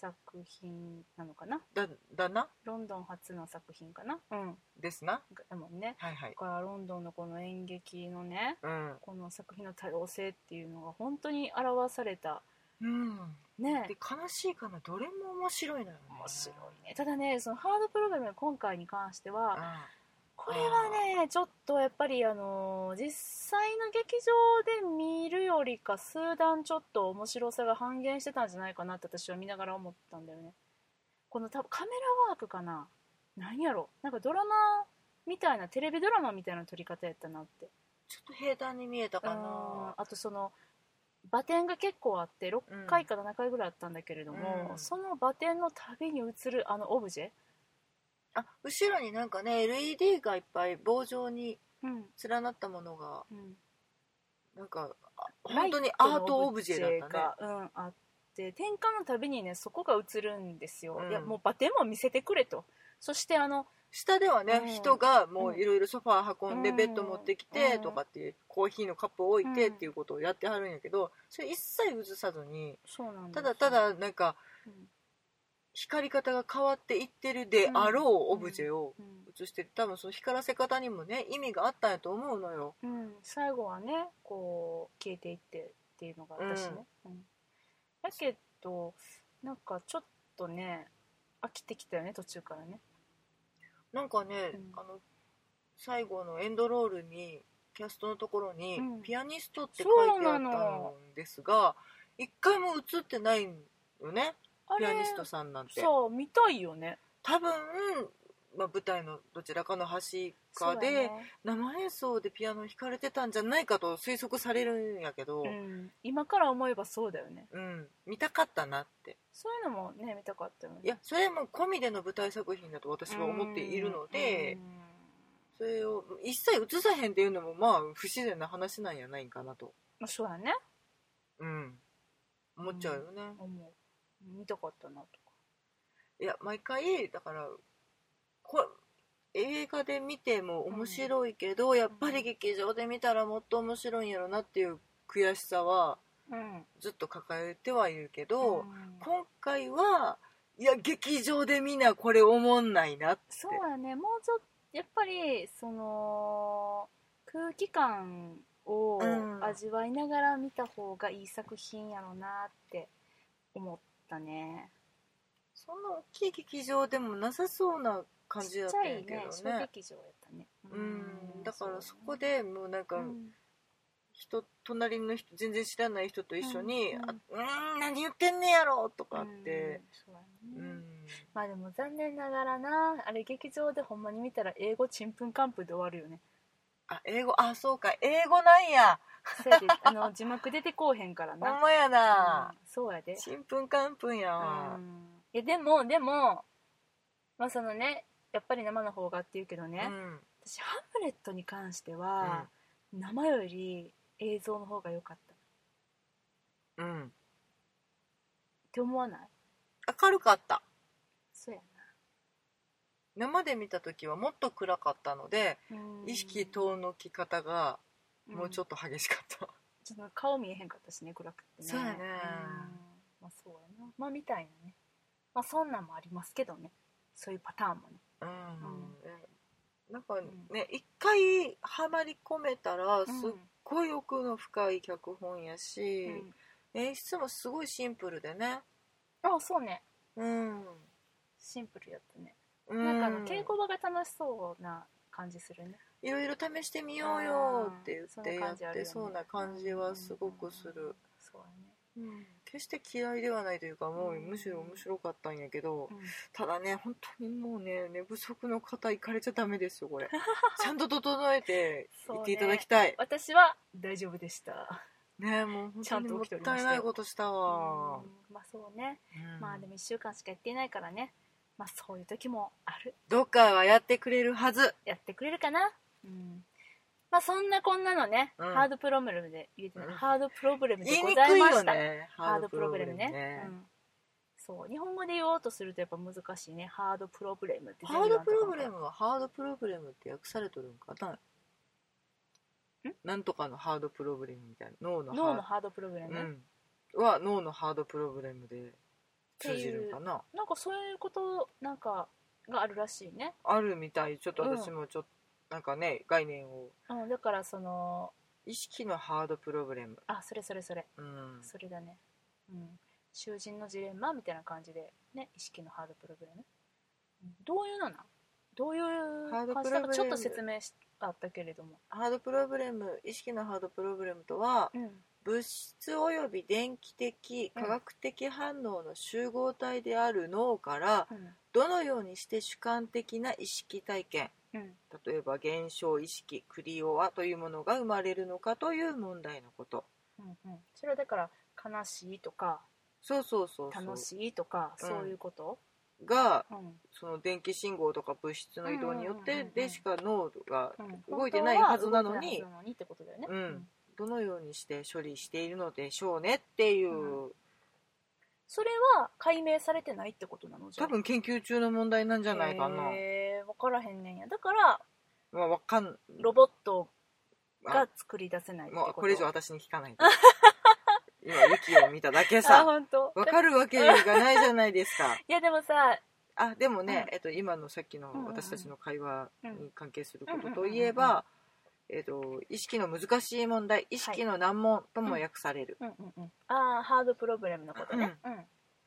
A: 作品なのかな
B: だだな
A: ロンドン初の作品かなうん
B: ですな
A: だもんね
B: はいはい
A: だ、からロンドンのこの演劇のね
B: うん
A: この作品の多様性っていうのが本当に表された
B: うん、
A: ね
B: で悲しいかなどれも面白いのよね
A: 面白いねただねそのハードプログラムの今回に関しては
B: あ
A: これはねちょっとやっぱりあのー実際の劇場で見るよりか数段ちょっと面白さが半減してたんじゃないかなって私は見ながら思ったんだよねこの多分カメラワークかな何やろなんかドラマみたいなテレビドラマみたいな撮り方やったなって
B: ちょっと平坦に見えたか
A: うん
B: な
A: あとそのバテンが結構あって6回か7回ぐらいあったんだけれども、
B: うん
A: そのバテンの度に映るあのオブジェ、
B: あ後ろになんかね LED がいっぱい棒状に
A: うん
B: 連なったものが
A: うん、
B: なんかあ本当にアートオブジェだったね
A: ライトのオブジェがうん、あって転換のたびにねそこが映るんですよ、
B: うん
A: いやもうバテンも見せてくれとそしてあの
B: 下ではね、
A: うん
B: 人がもういろいろソファー運んで
A: うん
B: ベッド持ってきて
A: うん
B: とかっていうコーヒーのカップを置いて
A: う
B: っ
A: ん
B: ていうことをやってはるんやけどそれ一切映さずに
A: そうなんです
B: ただただなんか
A: うん
B: 光り方が変わっていってるであろうオブジェを
A: うん
B: 映してる多分その光らせ方にもね意味があったんやと思うのよ
A: うん最後はねこう消えていってっていうのが私ね、うんだけどなんかちょっとね飽きてきたよね途中からね
B: なんかね、
A: うん
B: あの最後のエンドロールにキャストのところに
A: うん
B: 「ピアニスト」って書いてあったんですが一回も映ってないよね
A: あ
B: ピ
A: れ
B: アニストさんなんて
A: さあ見たいよね
B: 多分、まあ、舞台のどちらかの端
A: そう
B: か
A: だ
B: で、
A: ね
B: 生演奏でピアノ弾かれてたんじゃないかと推測されるんやけど、う
A: うんん、今から思えばそうだよね
B: 見たかったなって
A: そういうのもね見たかったよね
B: いやそれも込みでの舞台作品だと私は思っているので。
A: うんうん
B: それを一切映さへんっていうのもまあ不自然な話なんやないんかなと、
A: まあ、そうやね
B: うん、思っちゃうよね、
A: 思う見たかったなとか
B: いや毎回だからこ映画で見ても面白いけど、やっぱり劇場で見たらもっと面白いんやろなっていう悔しさは
A: うん
B: ずっと抱えてはいるけ
A: そ
B: ど、
A: う
B: 今回はいや劇場で見なこれ思んないなって
A: そうやねもうちょっとやっぱりその空気感を
B: うん
A: 味わいながら見た方がいい作品やろなって思ったね
B: そんな大きい劇場でもなさそうな感
A: ち
B: じ
A: っ
B: だっ
A: ち
B: た
A: ゃ
B: んや
A: い
B: けど
A: ね小劇場やったね
B: うん、だからそこでもうなんか
A: うん
B: 人、隣の人全然知らない人と一緒に
A: う
B: 「
A: ん
B: あうーん何言ってんねやろ」とかって、
A: うんそうや
B: う
A: ね
B: ん
A: まあでも残念ながらなあれ劇場でほんまに見たら英語ちんぷんかんぷんで終わるよね
B: あ英語あそうか英語なんや
A: そうやであの字幕出てこうへんから
B: ほん
A: な、
B: まや
A: う、
B: なん
A: そうやで、
B: ちんぷんかんぷんや
A: う
B: わ
A: ん、いやでもでもまあそのねやっぱり生の方がっていうけど
B: う
A: ね、
B: ん
A: 私ハムレットに関しては、生より映像の方が良かった
B: うん
A: って思わない
B: 明るかった
A: そうや
B: 生で見た時はもっと暗かったので
A: な
B: 意識遠のき方がもうちょ
A: っ
B: っと激しかった、
A: と、ちょっと顔見えへんかったしね暗くってね
B: そうやね
A: んまあそうやなまあみたいなねまあそんなんもありますけどねそういうパターンもね
B: うん
A: ん
B: えなんかね一回はまり込めたらすっごい奥の深い脚本や
A: うん
B: し、
A: うん
B: 演出もすごいシンプルでね
A: あそうね
B: うん、
A: シンプルやったね
B: う
A: なんかあの稽古場が楽しそうな感じするね
B: いろいろ試してみようよって言
A: そ
B: っ
A: んな
B: てや
A: 感
B: っ
A: じあるよ
B: て
A: ね
B: そうな感じはすごくする、
A: そうやね
B: 決して嫌いではないというかもう
A: うん
B: むしろ面白かったんやけど
A: うん
B: ただね本当にもうね寝不足の方行かれちゃダメです
A: [LAUGHS]
B: よこれちゃんと整えて行っていただきたい
A: 私は大丈夫でした
B: ねもう本
A: ちゃ
B: 当
A: ん
B: に
A: と
B: も
A: 起
B: っ
A: きておりま
B: た
A: し
B: い
A: たよ
B: ないことしたわ、
A: うんまあそうね
B: うん
A: まあでも1週間しかやっていないからねまあそういう時もある
B: どっかはやってくれるはず
A: やってくれるかなうんまあそんなこんなのね、
B: うん
A: ハードプロブレムで言えてない、
B: うん
A: ハードプロブレムで
B: 言い
A: ご
B: に
A: ざ
B: く
A: い
B: い
A: ま
B: よ
A: した
B: ね
A: ハードプロブレムねうん、そう日本語で言おうとするとやっぱ難しいねハードプロブレムって
B: ハードプログ
A: ブ
B: ラムはハードプログラムって訳されとるんかななんとかのハードプログラムみたいな脳の
A: 脳
B: ハ
A: のハードプロブレ
B: ー
A: ム、
B: ド、うん、は脳のハードプログラムで通じるんかな
A: なんかそういうことなんかがあるらしいね、
B: あるみたいちょっと
A: うん
B: 私もちょっと、なんかね概念を
A: うん、だからその
B: 意識のハードプログラム、
A: あそれそれそれ
B: うん、
A: それだねうん囚人のジレンマみたいな感じでね意識のハードプログラムうんどういうのなんどういう
B: ハード
A: 感
B: プ
A: じな
B: ログラ
A: ん
B: ム
A: かちょっと説明しあったけれども
B: ハードプログラム意識のハードプログラムとは
A: うん
B: 物質および電気的
A: うん
B: 化学的反応の集合体である脳から
A: うん
B: どのようにして主観的な意識体験
A: うん
B: 例えば現象意識クリオアというものが生まれるのかという問題のこと
A: うんうんそれはだから悲しいとか
B: そうそうそうそう
A: 楽しいとか
B: うん
A: そういうこと、
B: が
A: うん
B: その電気信号とか物質の移動によっ
A: うんうんう
B: て
A: んうん
B: でしか脳が
A: うん
B: 動いてないはずなの
A: 本
B: に
A: 当は動いてないはずなのにってことだよね
B: うんどのようにして処理しているのでしょうねっていう、
A: それは解明されてないってことなのじゃあ
B: 多分研究中の問題なんじゃないかな、
A: へえ分からへんねんやだから
B: まあわかん
A: ロボット
B: あ
A: が作り出せないって
B: も
A: こ
B: う
A: と
B: これ以上私に聞
A: [LAUGHS]
B: かないで今ユキを見ただけ
A: あ
B: さ
A: 本当
B: わかるわけがないじゃないです
A: [LAUGHS]
B: か
A: いやでもさ
B: あでもね、
A: う
B: えっと、今のさっきの
A: うんうんうん
B: 私たちの会話に関係するこ
A: うん
B: とといえば、
A: うんうん
B: えっと、意識の難しい問題意識の難問とも訳される、
A: うんうんうんああハードプロブレムのことねうん、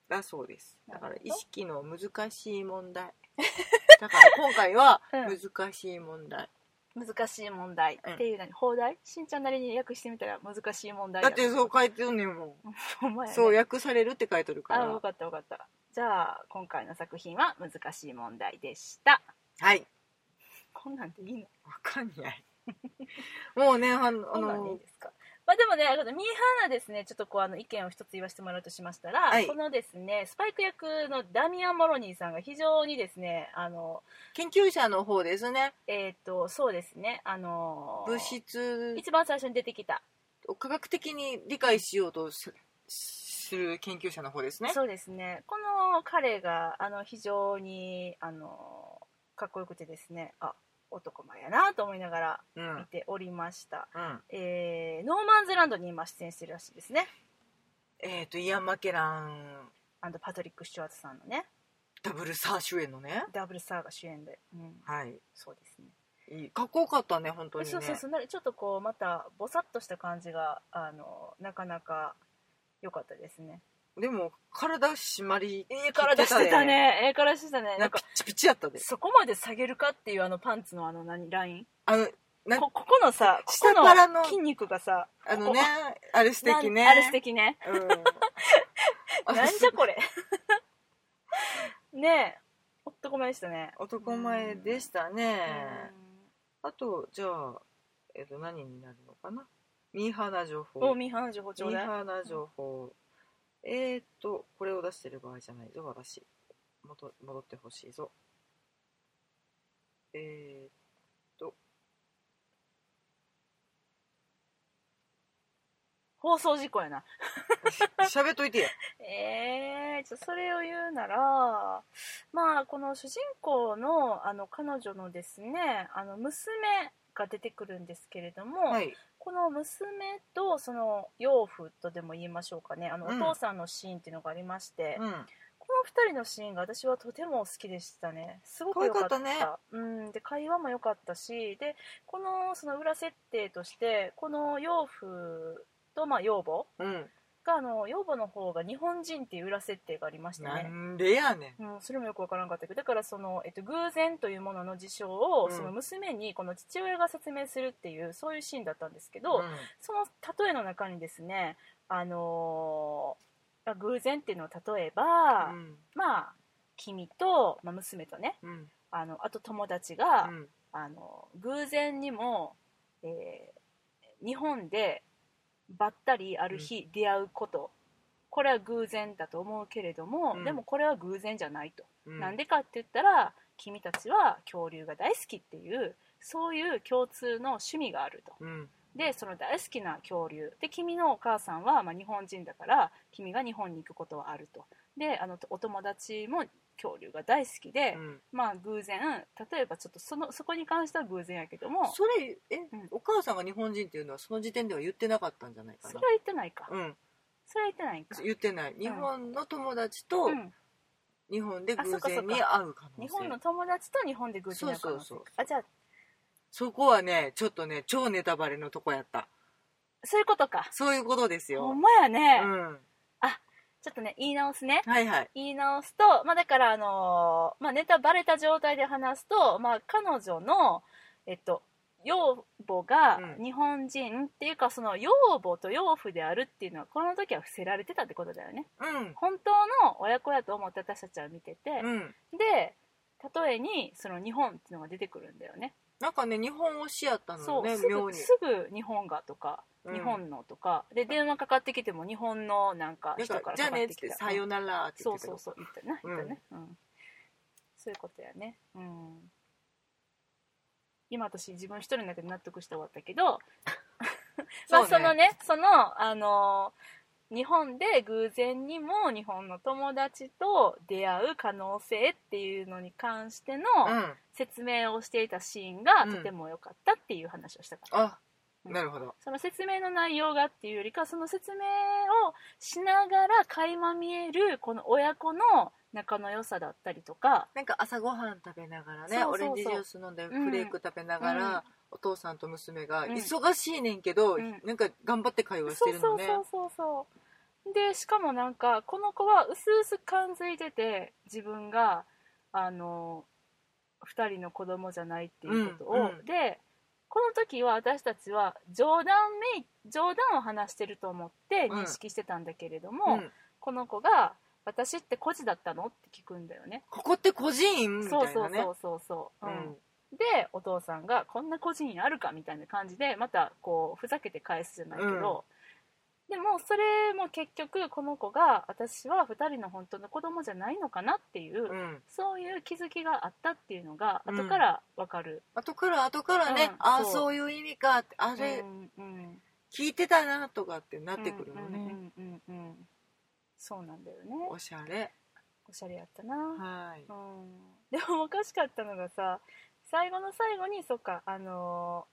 B: だそうですだから
A: なるほ
B: 意
A: ど
B: 識の難しい問
A: [LAUGHS]
B: 題だから今回は
A: うん
B: 難しい問題、
A: 難しい問題
B: うん
A: っていうのに放題しんちゃんなりに訳してみたら難しい問題
B: だっ
A: [LAUGHS]
B: てそう
A: か
B: 書いてるねんもん、
A: お前やね
B: そう訳されるって書いてるか
A: あよ
B: ら
A: かったよかったじゃあ今回の作品は難しい問題でした
B: はい
A: こんなんでいいの
B: わかん
A: [LAUGHS]
B: ないもうねあのあ
A: こんなんでいい
B: の
A: ですかまあでもね、あのミーハーなですね、ちょっとこうあの意見を一つ言わせてもらうとしましたら、
B: はい
A: このですね、スパイク役のダミアン・モロニーさんが非常にですね、あの、
B: 研究者の方ですね
A: えっ、と、そうですね、あの、
B: 物質
A: 一番最初に出てきた、
B: を科学的に理解しようとすする研究者の方ですね。
A: そうですねこの彼があの非常にあのかっこよくてですねあ男前やなと思いながら
B: うん
A: 見ておりました、
B: うん、
A: えーノーマンズランドに今出演してるらしいですね
B: えっ、とイアン・マケラン
A: あのパトリック・シチュワートさんのね
B: ダブルサー主演のね、
A: ダブルサーが主演で、うん、
B: はい、
A: そうですね
B: いいかっこよかったね本当にね
A: そうそうそうなんかちょっとこうまたぼさっとした感じがあのなかなか良かったですね
B: でも体締まり
A: ええ体してたねええ体してたね
B: な
A: なんん
B: か
A: か
B: ピッチピチやったで
A: そこまで下げるかっていうあのパンツのあの何ライン
B: あのなん
A: こここのさこ
B: 下
A: こ
B: から
A: の
B: の
A: 筋肉がさ
B: あのねあれ素
A: なん
B: 敵ね
A: あれ素敵ね
B: うんあ
A: なんじゃこ
B: れ
A: れ [LAUGHS] ねえ男前でしたね
B: 男前でしたね
A: う
B: あとじゃあ、えっと何になるのかなミーハーな情報
A: んおミーハーの情報ちょう
B: ミ
A: だ
B: ー
A: い
B: ハーな情報、えーっとこれを出してる場合じゃないぞ私戻戻ってほしいぞえーっと
A: 放送事故やな [LAUGHS]
B: 喋っといてや。
A: えー、じゃあそれを言うならまあこの主人公のあの彼女のですねあの娘が出てくるんですけれども、
B: はい。
A: この娘とその養父とでも言いましょうかねあのお
B: うん
A: 父さんのシーンっていうのがありまして、
B: うん。
A: この2人のシーンが私はとても好きでしたねすごく良かった
B: 可愛かっ
A: うん、で会話も良かったしでこのその裏設定としてこの養父とまあ養母
B: うん。
A: があの養母の方が日本人っていう裏設定がありました
B: な
A: ね、
B: んでやね
A: うん、それもよくわからなかったけどだからその、えっと、偶然というものの事象を、
B: うん
A: その娘にこの父親が説明するっていうそういうシーンだったんですけ
B: ん。
A: ど、その例えの中にですね、あのー偶然っていうのを例えば、
B: うん。
A: まあ君と、まあ、娘とね
B: うん。うん。
A: あのあと友達が、
B: うん
A: あの偶然にも、えー日本でばったりある日出会うこと、これは偶然だと思うけれども、
B: うん
A: でもこれは偶然じゃないと、
B: うん。
A: なんでかって言ったら君たちは恐竜が大好きっていうそういう共通の趣味があると
B: うん。
A: でその大好きな恐竜で君のお母さんは、まあ、日本人だから君が日本に行くことはあるとであのお友達も恐竜が大好きで、
B: うん
A: まあ偶然例えばちょっとそのそこに関しては偶然やけども
B: それ、え
A: うん、
B: お母さんが日本人っていうのはその時点では言ってなかったんじゃない
A: そ
B: か
A: れ
B: な
A: は。言ってないか、
B: うん。
A: それは言ってないか、
B: 言ってない。日本の友達と
A: うん
B: 日本で偶
A: あそうかそう
B: 然
A: か
B: に会う可能性。
A: 日本の友達と日本で偶然やから
B: そうそうそう
A: あじゃあ
B: そこはね、ちょっとね、超ネタバレのとこやった。
A: そういうことか
B: そういうことです
A: ほ
B: よ
A: ん。まや
B: う
A: ね、
B: ん。
A: ちょっとね言い直すね
B: はいはい。
A: 言い直すと、まあ、だから、あのーまあ、ネタバレた状態で話すと、まあ、彼女の、えっと、養母が
B: うん
A: 日本人っていうか、その養母と養父であるっていうのはこの時は伏せられてたってことだよね
B: うん。
A: 本当の親子やと思って私たちは見てて、
B: うん。
A: で例えにその日本っていうのが出てくるんだよね
B: なんかね、日本推しやった
A: そ
B: の
A: う、
B: ね、
A: す
B: 妙
A: ぐ
B: に。
A: すぐ日本がとか、
B: うん
A: 日本のとかで電話かかってきても日本のなんか
B: なん
A: 人
B: か
A: から
B: じゃ
A: か
B: あ
A: か
B: ね
A: っ
B: っつ
A: てき
B: って「
A: た
B: さよなら」って言
A: そ
B: っ
A: う
B: てた
A: そ
B: けど
A: うそう言ったな言
B: うん
A: ったね、うんそういうことやねうん今私自分一人の中で納得して終わったけどまあ
B: そ
A: そう
B: ね
A: のねそのあのー日本で偶然にも日本の友達と出会う可能性っていうのに関しての
B: うん
A: 説明をしていたシーンが
B: うん
A: とても良かったっていう話をしたから、
B: あなるほど
A: その説明の内容がっていうよりかその説明をしながら垣間見えるこの親子の仲の良さだったりとか
B: なんか朝ごはん食べながら
A: そうそう
B: ね
A: そう
B: オレンジジュース飲んで
A: うん
B: フレーク食べながら、
A: うん
B: お父さんと娘が
A: うん
B: 忙しいねんけど、
A: うん
B: なんか頑張って会話し
A: そ
B: て
A: う
B: る
A: そ
B: の
A: う
B: ね
A: そうそうそうでしかもなんかこの子はうすうす感づいてて自分があの2人の子供じゃないっていうことを、
B: うんうん
A: でこの時は私たちは冗談めい冗談を話してると思って認識してたんだけれども、
B: うん
A: この子が「私って孤児だったの?」って聞くんだよね。
B: ここって個人みたい
A: そ
B: な
A: う
B: ね
A: そうそうそうそう、うんでお父さんが「こんな個人あるか」みたいな感じでまたこうふざけて返すじゃないけど、でもそれも結局この子が私は2人の本当の子供じゃないのかなっていう、
B: うんうん
A: そういう気づきがあったっていうのが
B: うん
A: 後からわかる、
B: 後から後からね、
A: うん
B: ああ
A: そう
B: そういう意味かってあ
A: うん、
B: れ
A: うん
B: 聞いてたなとかってなってくるのね、
A: うんうんうんうんそうなんだよね
B: おしゃれ
A: おしゃれやったな、
B: はい
A: うんでもおかしかったのがさ最後の最後にそっかあの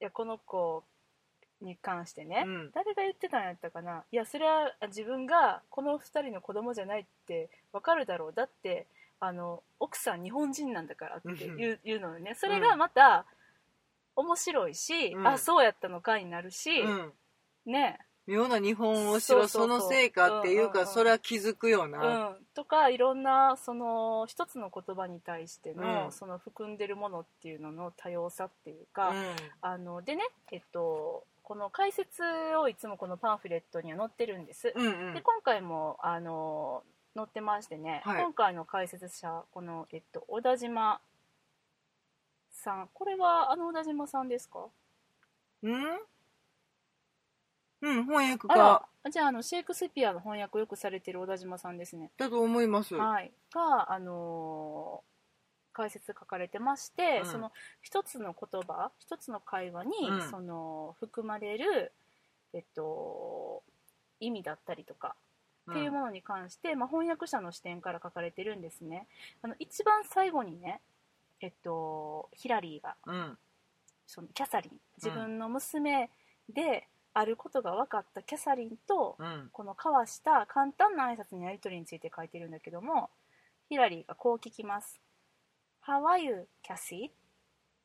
A: ーいやこの子に関してね、
B: うん
A: 誰が言ってたんやったかないやそれは自分がこの2人の子供じゃないってわかるだろうだってあの奥さん日本人なんだからって
B: うん
A: 言う言うのよねそれがまた面白いし、
B: うん
A: あそうやったのかになるし、
B: うん
A: ね
B: 妙な日本推しはその成果ってい
A: そう
B: う
A: そう
B: か
A: そう
B: それは気づくよ
A: う
B: な、
A: ん、とかいろんなその一つの言葉に対しての,、
B: うん
A: その含んでるものっていうのの多様さっていうか、
B: う
A: あのでね、えっと、この解説をいつもこのパンフレットには載ってるんです。
B: んうんうん
A: で今回もあの載ってましてね、
B: はい
A: 今回の解説者この、えっと、小田島さんこれはあの小田島さんですか
B: うん、うん、翻訳
A: あ
B: 家
A: らじゃああのシェイクスピアの翻訳をよくされてる小田島さんですね、
B: だと思います。
A: はい、が、あのー解説書かれてまして、
B: うん
A: その一つの言葉一つの会話に、
B: うん
A: その含まれる、えっと、意味だったりとか
B: うん
A: っていうものに関して、まあ、翻訳者の視点から書かれてるんですねあの一番最後にねえっとヒラリーが
B: うん
A: そのキャサリン自分の娘であることが分かったキャサリンと、
B: うん
A: この交わした簡単な挨拶のやり取りについて書いてるんだけどもヒラリーがこう聞きます「How are you, Cassie?」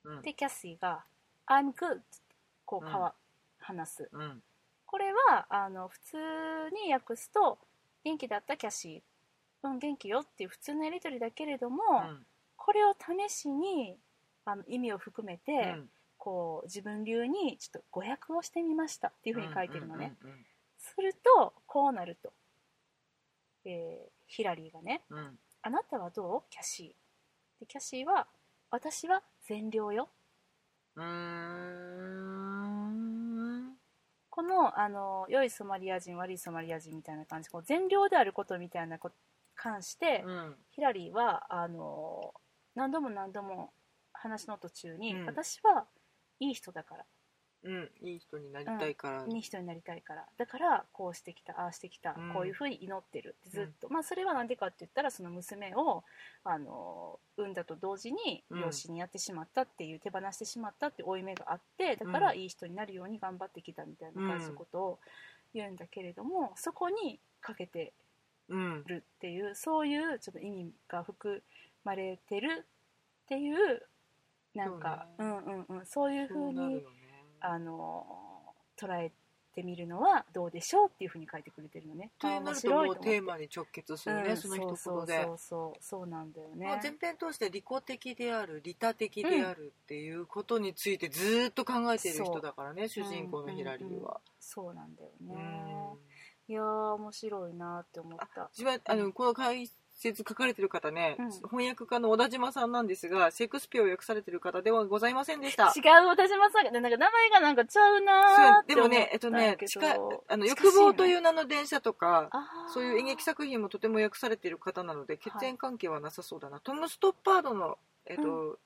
B: うん
A: でキャシーが「I'm good」こうかわ、話す
B: うん
A: これはあの普通に訳すと「元気だったキャシー」「うん元気よ」っていう普通のやり取りだけれども、
B: うん
A: これを試しにあの意味を含めて、
B: うん
A: こう自分流にちょっと語訳をしてみましたっていうふうに書いてるのね、
B: うんうん
A: するとこうなると、えーヒラリーがね
B: うんうん
A: 「あなたはどうキャシー」でキャシーは「私は善良よ」
B: うーん
A: このあの良いソマリア人悪いソマリア人みたいな感じこう善良であることみたいなこと関して、
B: うん
A: ヒラリーはあの何度も何度も話の途中に、
B: うん
A: 私はいい人だから
B: うんいい人になりたいから
A: いい人になりたいからだからこうしてきたああしてきた、
B: うん
A: こういうふうに祈ってるずっと、まあそれは何でかって言ったらその娘をあの産んだと同時に
B: うん
A: 養子にやってしまったっていう、手放してしまったって負い目があってだから
B: うん
A: いい人になるように頑張ってきたみたいな感じのことを言うんだけれども、そこにかけて
B: うん
A: るっていうそういうちょっと意味が含まれてるっていうなんかう,、
B: そうね
A: んうんうんそういうふ
B: そううなる
A: に
B: よね
A: あの捉えてみるのはどうでしょうっていうふうに書いてくれてるのね。
B: と
A: あ
B: な
A: 面
B: るとも
A: 白いうと思
B: テ
A: っ
B: ーマに直結す
A: て
B: るね、
A: うん
B: その一
A: そう
B: 言で
A: そうそうそうそうなんだよね
B: まあ、前編通して利己的である利他的であるっていうことについてずーっと考えている人だからね、主人公のヒラリーは。
A: そうなんだよ
B: う
A: ね
B: ん
A: いやー面白いなって思った
B: 一番あのこの解説書かれてる方ね、
A: うん
B: 翻訳家の小田島さんなんですがシェイクスピアを訳されてる方ではございませんでした。
A: 違う私もさなんか名前がなんかちゃうなー
B: そう
A: って
B: で
A: 思
B: も
A: ったんや
B: ね、
A: けど
B: えっとね、近いあの欲望という名の電車とか、
A: あー
B: そういう演劇作品もとても訳されている方なので血縁関係はなさそうだな、トム・ストッパードの、えっと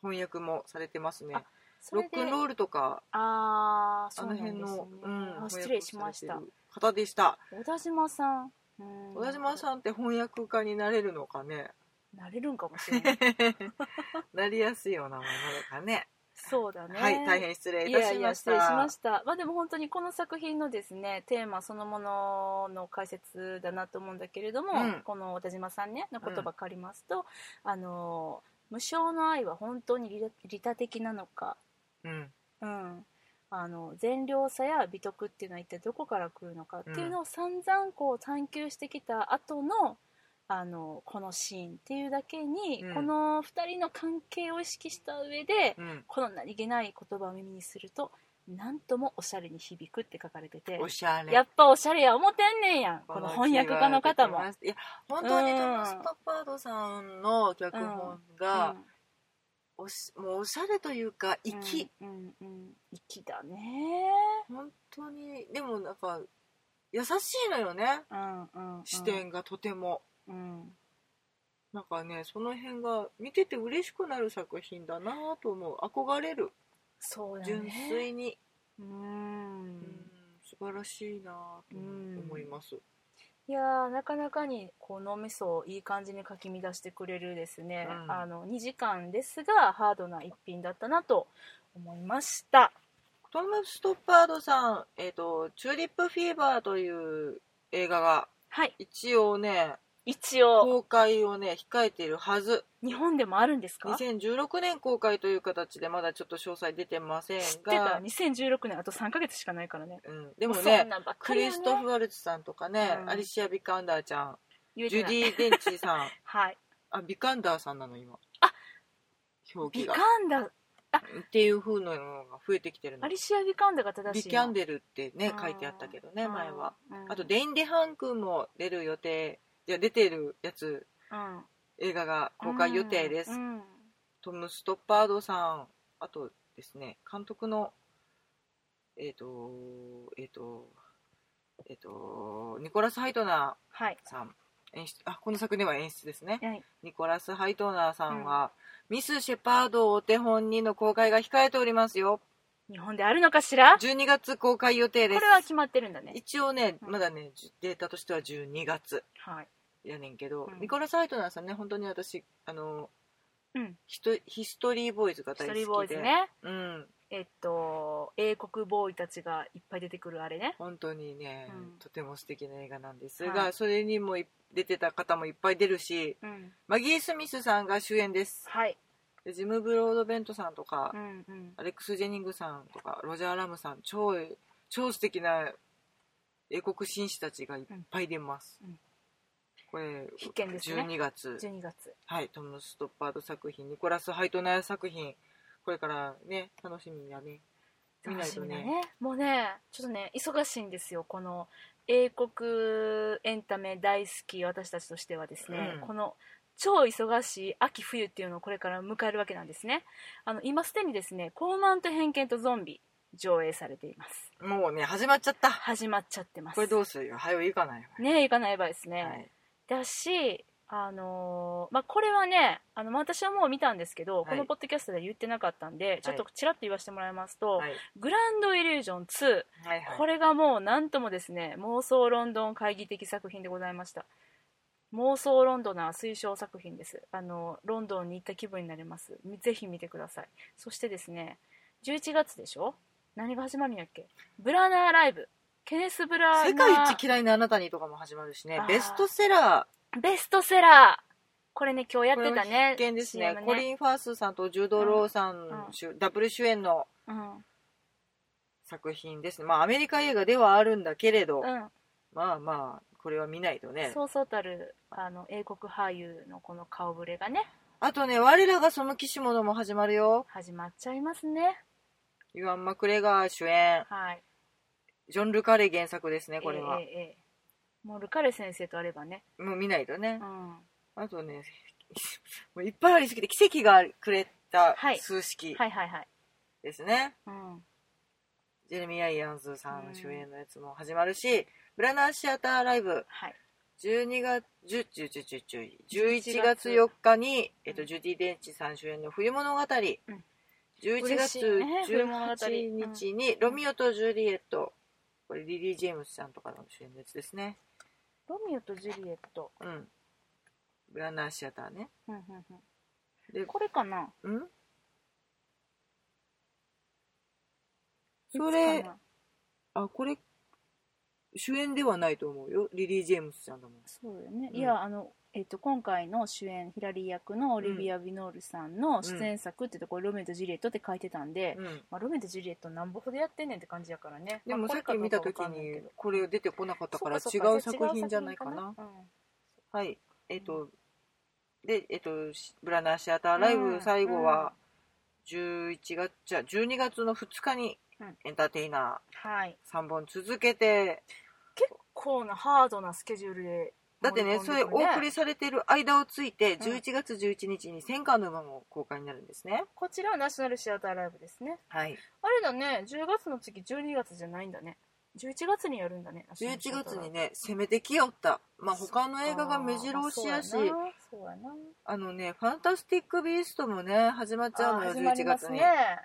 B: 翻訳もされてますね
A: そ
B: ロ
A: れ
B: ッ
A: で
B: クンロールとか
A: ああ
B: あ
A: そうな
B: の
A: んです
B: 辺
A: ね
B: の、うん
A: あ失礼しました
B: 翻訳をされてる方でした
A: 小田島さんうん
B: 小田島さんって翻訳家になれるのか
A: [LAUGHS]
B: ね
A: なれるんかもしれない
B: [LAUGHS] なりやすいようなものかね
A: そうだね
B: はい大変失礼い
A: い
B: た
A: や
B: し
A: いや
B: まし
A: 失礼しま
B: た
A: したまあでも本当にこの作品のですねテーマそのものの解説だなと思うんだけれども、
B: うん
A: この小田島さんねの言葉借りますと、あの無償の愛は本当に利利他的なのか
B: うん
A: うん、あの善良さや美徳っていうのは一体どこから来るのかっていうのを散々こう探求してきた後のあのこのシーンっていうだけに、
B: うん
A: この2人の関係を意識した上で、
B: うん
A: この何気ない言葉を耳にするとなんともおしゃれに響くって書かれてて
B: お。しゃれ
A: やっぱおしゃれや思てんねんやんこの翻訳家の方も、
B: いや本当に
A: うん
B: トム・ストッパードさんの脚本が、おしもうおしゃれというか
A: う
B: 粋
A: ん、うんうんうん粋だね
B: 本当にでもなんか優しいのよね
A: うんうんうん
B: 視点がとても、
A: うん
B: なんかねその辺が見てて嬉しくなる作品だなと思う憧れる
A: そうだね
B: 純粋に、
A: うー
B: うん
A: ん
B: 素晴らしいなと思います、
A: いやーなかなかにこう脳みそをいい感じにかき乱してくれるですね、
B: うん
A: あの2時間ですがハードな一品だったなと思いました
B: トム・ストッパードさん、えーと「チューリップ・フィーバー」という映画が
A: はい
B: 一応ね
A: 一応
B: 公開をね控えているはず
A: 日本でもあるんですか知っ
B: 2016年公開という形でまだちょっと詳細出てません
A: てた
B: が
A: 2016年あと3ヶ月しかないからね
B: うん、でも
A: そ
B: ね
A: んなんばっか
B: ク
A: り
B: リ
A: やね
B: ストフ・ワルツさんとかね、
A: うん
B: アリシア・ビカンダーちゃん
A: 言え
B: ジ
A: て
B: ュ
A: な
B: デ
A: い
B: ィ・デンチーさん
A: はい
B: あビカンダーさんなの今
A: あ
B: 表記
A: ビ
B: が
A: カンダ
B: っていう風なのが増えてきてる
A: ア
B: の
A: リシア・ビカンダが正
B: ビ
A: しい
B: キャン
A: デ
B: デルってね書いてあったけどね前は、あと
A: で
B: デイン・デハン君も出る予定いや出てるやつ
A: うん
B: 映画が公開予定です、
A: うんうん
B: トム・ストッパードさんあとですね監督のえっ、とえっ、とえっ、とニコラス・ハイトナ
A: はい
B: ーさん演出あこの作品では演出ですね
A: はい
B: ニコラス・ハイトナーさんは、ミス・シェパードをお手本にの公開が控えておりますよ
A: 日本であるのかしらこ
B: 12月公開予定
A: れ
B: です
A: は決まってるんだね。
B: 一応ね
A: うん
B: まだねじゅデータとしては12月
A: はい。
B: やねんけど、
A: うん
B: ニコラス・ハイトナーさんね本当に私あの
A: うん。
B: ヒトヒストリーボーイズが
A: ス
B: 大
A: ト
B: 好き
A: リ
B: で
A: ーボーイズね。
B: うん
A: えっと、英国ボーイたちがいっぱい出てくるあれね。
B: 本当にね、
A: うん
B: とても素敵な映画なんですが、
A: はい
B: それにもい出てた方もいっぱい出るし
A: うん。
B: マギー・スミスさんが主演です
A: はい。
B: でジム・ブロードベントさんとか、
A: うんうん。
B: アレックス・ジェニングさんとかロジャー・ラムさん超超素敵な英国紳士たちがいっぱい出ます、
A: うん
B: これ
A: 必見ですね
B: 12月
A: 12月。
B: はいトム・ストッパード作品ニコラス・ハイトナー作品これからね楽しみやね見
A: 楽
B: ない
A: し
B: と
A: みだ
B: ね
A: ね。もうね、ちょっとね、忙しいんですよ。この英国エンタメ大好き私たちとしてはですね、
B: うん
A: この超忙しい秋冬っていうのをこれから迎えるわけなんですね。あの、今すでにですね、高慢と偏見とゾンビ上映されています。
B: もうね始まっちゃった
A: 始まっちゃってます。
B: これどうするよ早い行かないわ
A: ね行かない場合ですね。
B: はい
A: だし、あのーまあ、これはねあのまあ私はもう見たんですけど、
B: い
A: このポッドキャストでは言ってなかったんでちょっとちらっと言わせてもらいますと「
B: はい
A: グランドイリュージョン2」
B: はいはい
A: これがもうなんともですね妄想ロンドン会議的作品でございました妄想ロンドナー推奨作品ですあのロンドンに行った気分になれますみぜひ見てくださいそしてですね11月でしょ何が始まるんやっけブラナーライブケネス・ブラナー
B: 世界一嫌いなあなたにとかも始まるしね
A: あー
B: ベストセラ
A: ベストセラーこれね今日やっ
B: ーこ
A: て
B: れも
A: たね
B: 必見ですね
A: CM
B: コリン・ファースさんとジュード・ローさん、
A: うんうん
B: 主ダブル主演の
A: うん
B: 作品ですねまあアメリカ映画ではあるんだけれど、
A: う
B: まあまあこれは見ないとね
A: ん、そうそうたるあの英国俳優のこの顔ぶれがね
B: あとね我らがその騎士ものも始まるよ
A: 始まっちゃいますね
B: ユアン・マクレガー主演
A: はい
B: ジョン・ルカレー原作ですねこれは
A: え、えええもうルカレ先生とあればね、
B: もう見ないとね
A: う、ん、は
B: あとね [LAUGHS] もういっぱいありすぎて奇跡がくれた
A: はい
B: 数式
A: いはいはい、
B: ですね、
A: うん、
B: ジェレミア・イアンズさんの主演のやつも始まるし、ブラナーシアターライブ
A: はい
B: 12月10 10 10 10 11
A: 11
B: 月
A: 月
B: 4日に、えっ
A: う
B: と、
A: ん
B: ジュディ・デンチさん主演の「冬物語」11
A: 嬉
B: 月
A: しいね冬物語
B: 18日に「ロミオとジュリエット」これリリー・ジェームスさんとかの主演のやつですね
A: ロミオとジュリエット、
B: うんブラナーシアターね
A: うんうんう
B: で
A: ん、これかな
B: うん
A: いつ
B: そ
A: か
B: れ
A: な
B: あこれ主演ではないと思うよリリー・ジェームスさんだもん
A: そうよね、
B: うん
A: いやあのえっと、今回の主演ヒラリー役のオリビア・ヴィノールさんの出演作ってところ、ロミオとジュリエットって書いてたんで、
B: うん
A: まあ、ロミオとジュリエットなんぼほどやってんねんって感じやからね
B: でも
A: まあ
B: さっ
A: こ
B: き
A: れ
B: 見
A: か
B: た
A: どう
B: 時
A: かわかんないけ
B: に
A: ど
B: これ出てこなかったから違
A: そっか
B: う
A: そっ
B: 作品じゃないかな
A: じゃあ違う作品かな
B: はいえっ、と、でえっ、としブラナーシアターライブ最後は11月じゃあ12月の2日に
A: うん
B: エンターテイナ
A: うんはい
B: ー3本続けて
A: 結構なハードなスケジュールで
B: だってねそれお送りされてる間をついて
A: ん
B: 11月11日に「戦艦の馬」も公開になるんですね
A: こちらはナショナルシアターライブですね
B: はい
A: あれだね10月の次12月じゃないんだね11月にやるんだね
B: 11月にね攻めてきよったまあ他の映画が目白押しやし
A: そうやなそうやな
B: あのね「ファンタスティック・ビースト」もね始まっちゃうの
A: あー
B: よ
A: 始ま
B: 11
A: りま
B: 月
A: す
B: に
A: ね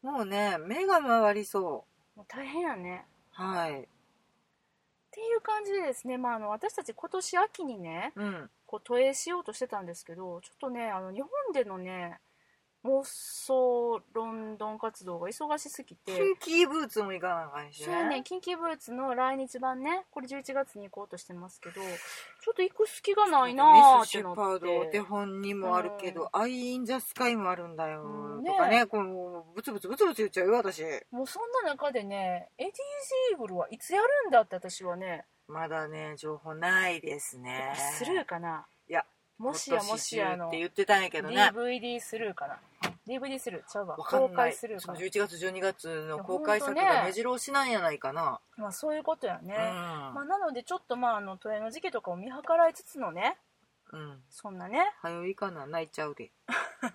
B: もうね目が回りそ
A: もう大変やね
B: うはい
A: っていう感じでですね、まあ、あの私たち今年秋にね
B: うん
A: こう投影しようとしてたんですけどちょっとねあの日本でのね妄想ロンドン活動が忙しすぎて
B: キンキーブーツも行かなあかんし
A: そうやね、
B: ね
A: キンキーブーツの来日版ね、これ11月に行こうとしてますけど、ちょっと行く隙がないなー
B: ミ
A: っ
B: ス・
A: て
B: シ
A: な
B: ェ
A: っ
B: パードお手
A: て。
B: 本にもあるけど「アイ・イン・ザ・スカイ」もあるんだ
A: う
B: よ
A: んね
B: とかねこのブツブツブツブツ言っちゃうよ私
A: もうそんな中でね、エディー・ジーグルはいつやるんだって私はね、
B: まだね情報ないですね
A: スルーかな。
B: いや、
A: もしやもしやあ
B: 今年中っ
A: の、
B: て言ってたんやけどね
A: DVD スルーかな。DVD スルー、ちゃうわ。
B: わか
A: 公
B: んな
A: 開
B: い
A: ス
B: そ
A: ル
B: の
A: ーかな。
B: 11月12月の公開作が目白押しなんやないかな
A: まあそういうことやね。まあ
B: う
A: なのでちょっとまああの、トレの時期とかを見計らいつつのね、
B: んうん
A: そんなね、
B: 早いかな泣いちゃうで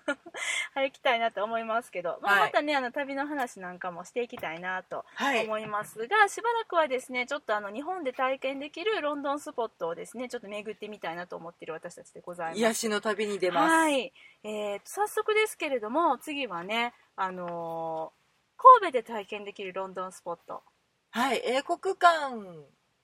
A: 早く行きたいなと思いますけど、まあ
B: はい
A: またね、あの旅の話なんかもしていきたいなと
B: はい
A: 思いますが、しばらくはですねちょっとあの日本で体験できるロンドンスポットをですねちょっと巡ってみたいなと思っている私たちでございます。
B: 癒しの旅に出ます
A: はい、えーと早速ですけれども次はね、あのー神戸で体験できるロンドンスポット。
B: はい英国館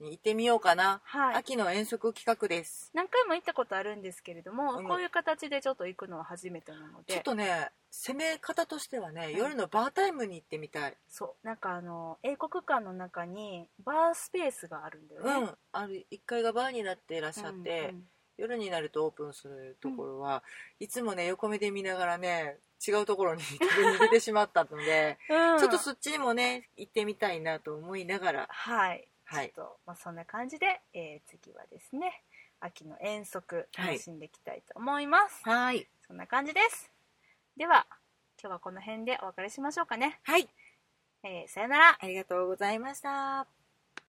B: に行ってみようかな、
A: はい。
B: 秋の遠足企画です
A: 何回も行ったことあるんですけれども、
B: うん
A: こういう形でちょっと行くのは初めてなの
B: ちょっ
A: で、
B: とね攻め方としてはね、
A: うん
B: 夜のバータイムに行ってみたい
A: そう、なんかあの、英国館の中にバースペースがあるんだよ
B: う
A: ね。
B: ん、ある1階がバーになっていらっしゃって、
A: うんうん
B: 夜になるとオープンするところは、いつもね横目で見ながらね違うところに逃げてしまったので、
A: [LAUGHS] うん
B: ちょっとそっちにもね行ってみたいなと思いながら
A: はい、
B: はい
A: ちょっと、まあ、そんな感じで、えー次はですね秋の遠足
B: はい
A: 楽しんでいきたいと思います、
B: はい
A: そんな感じですでは今日はこの辺でお別れしましょうかね、
B: はい
A: えーさよなら
B: ありがとうございました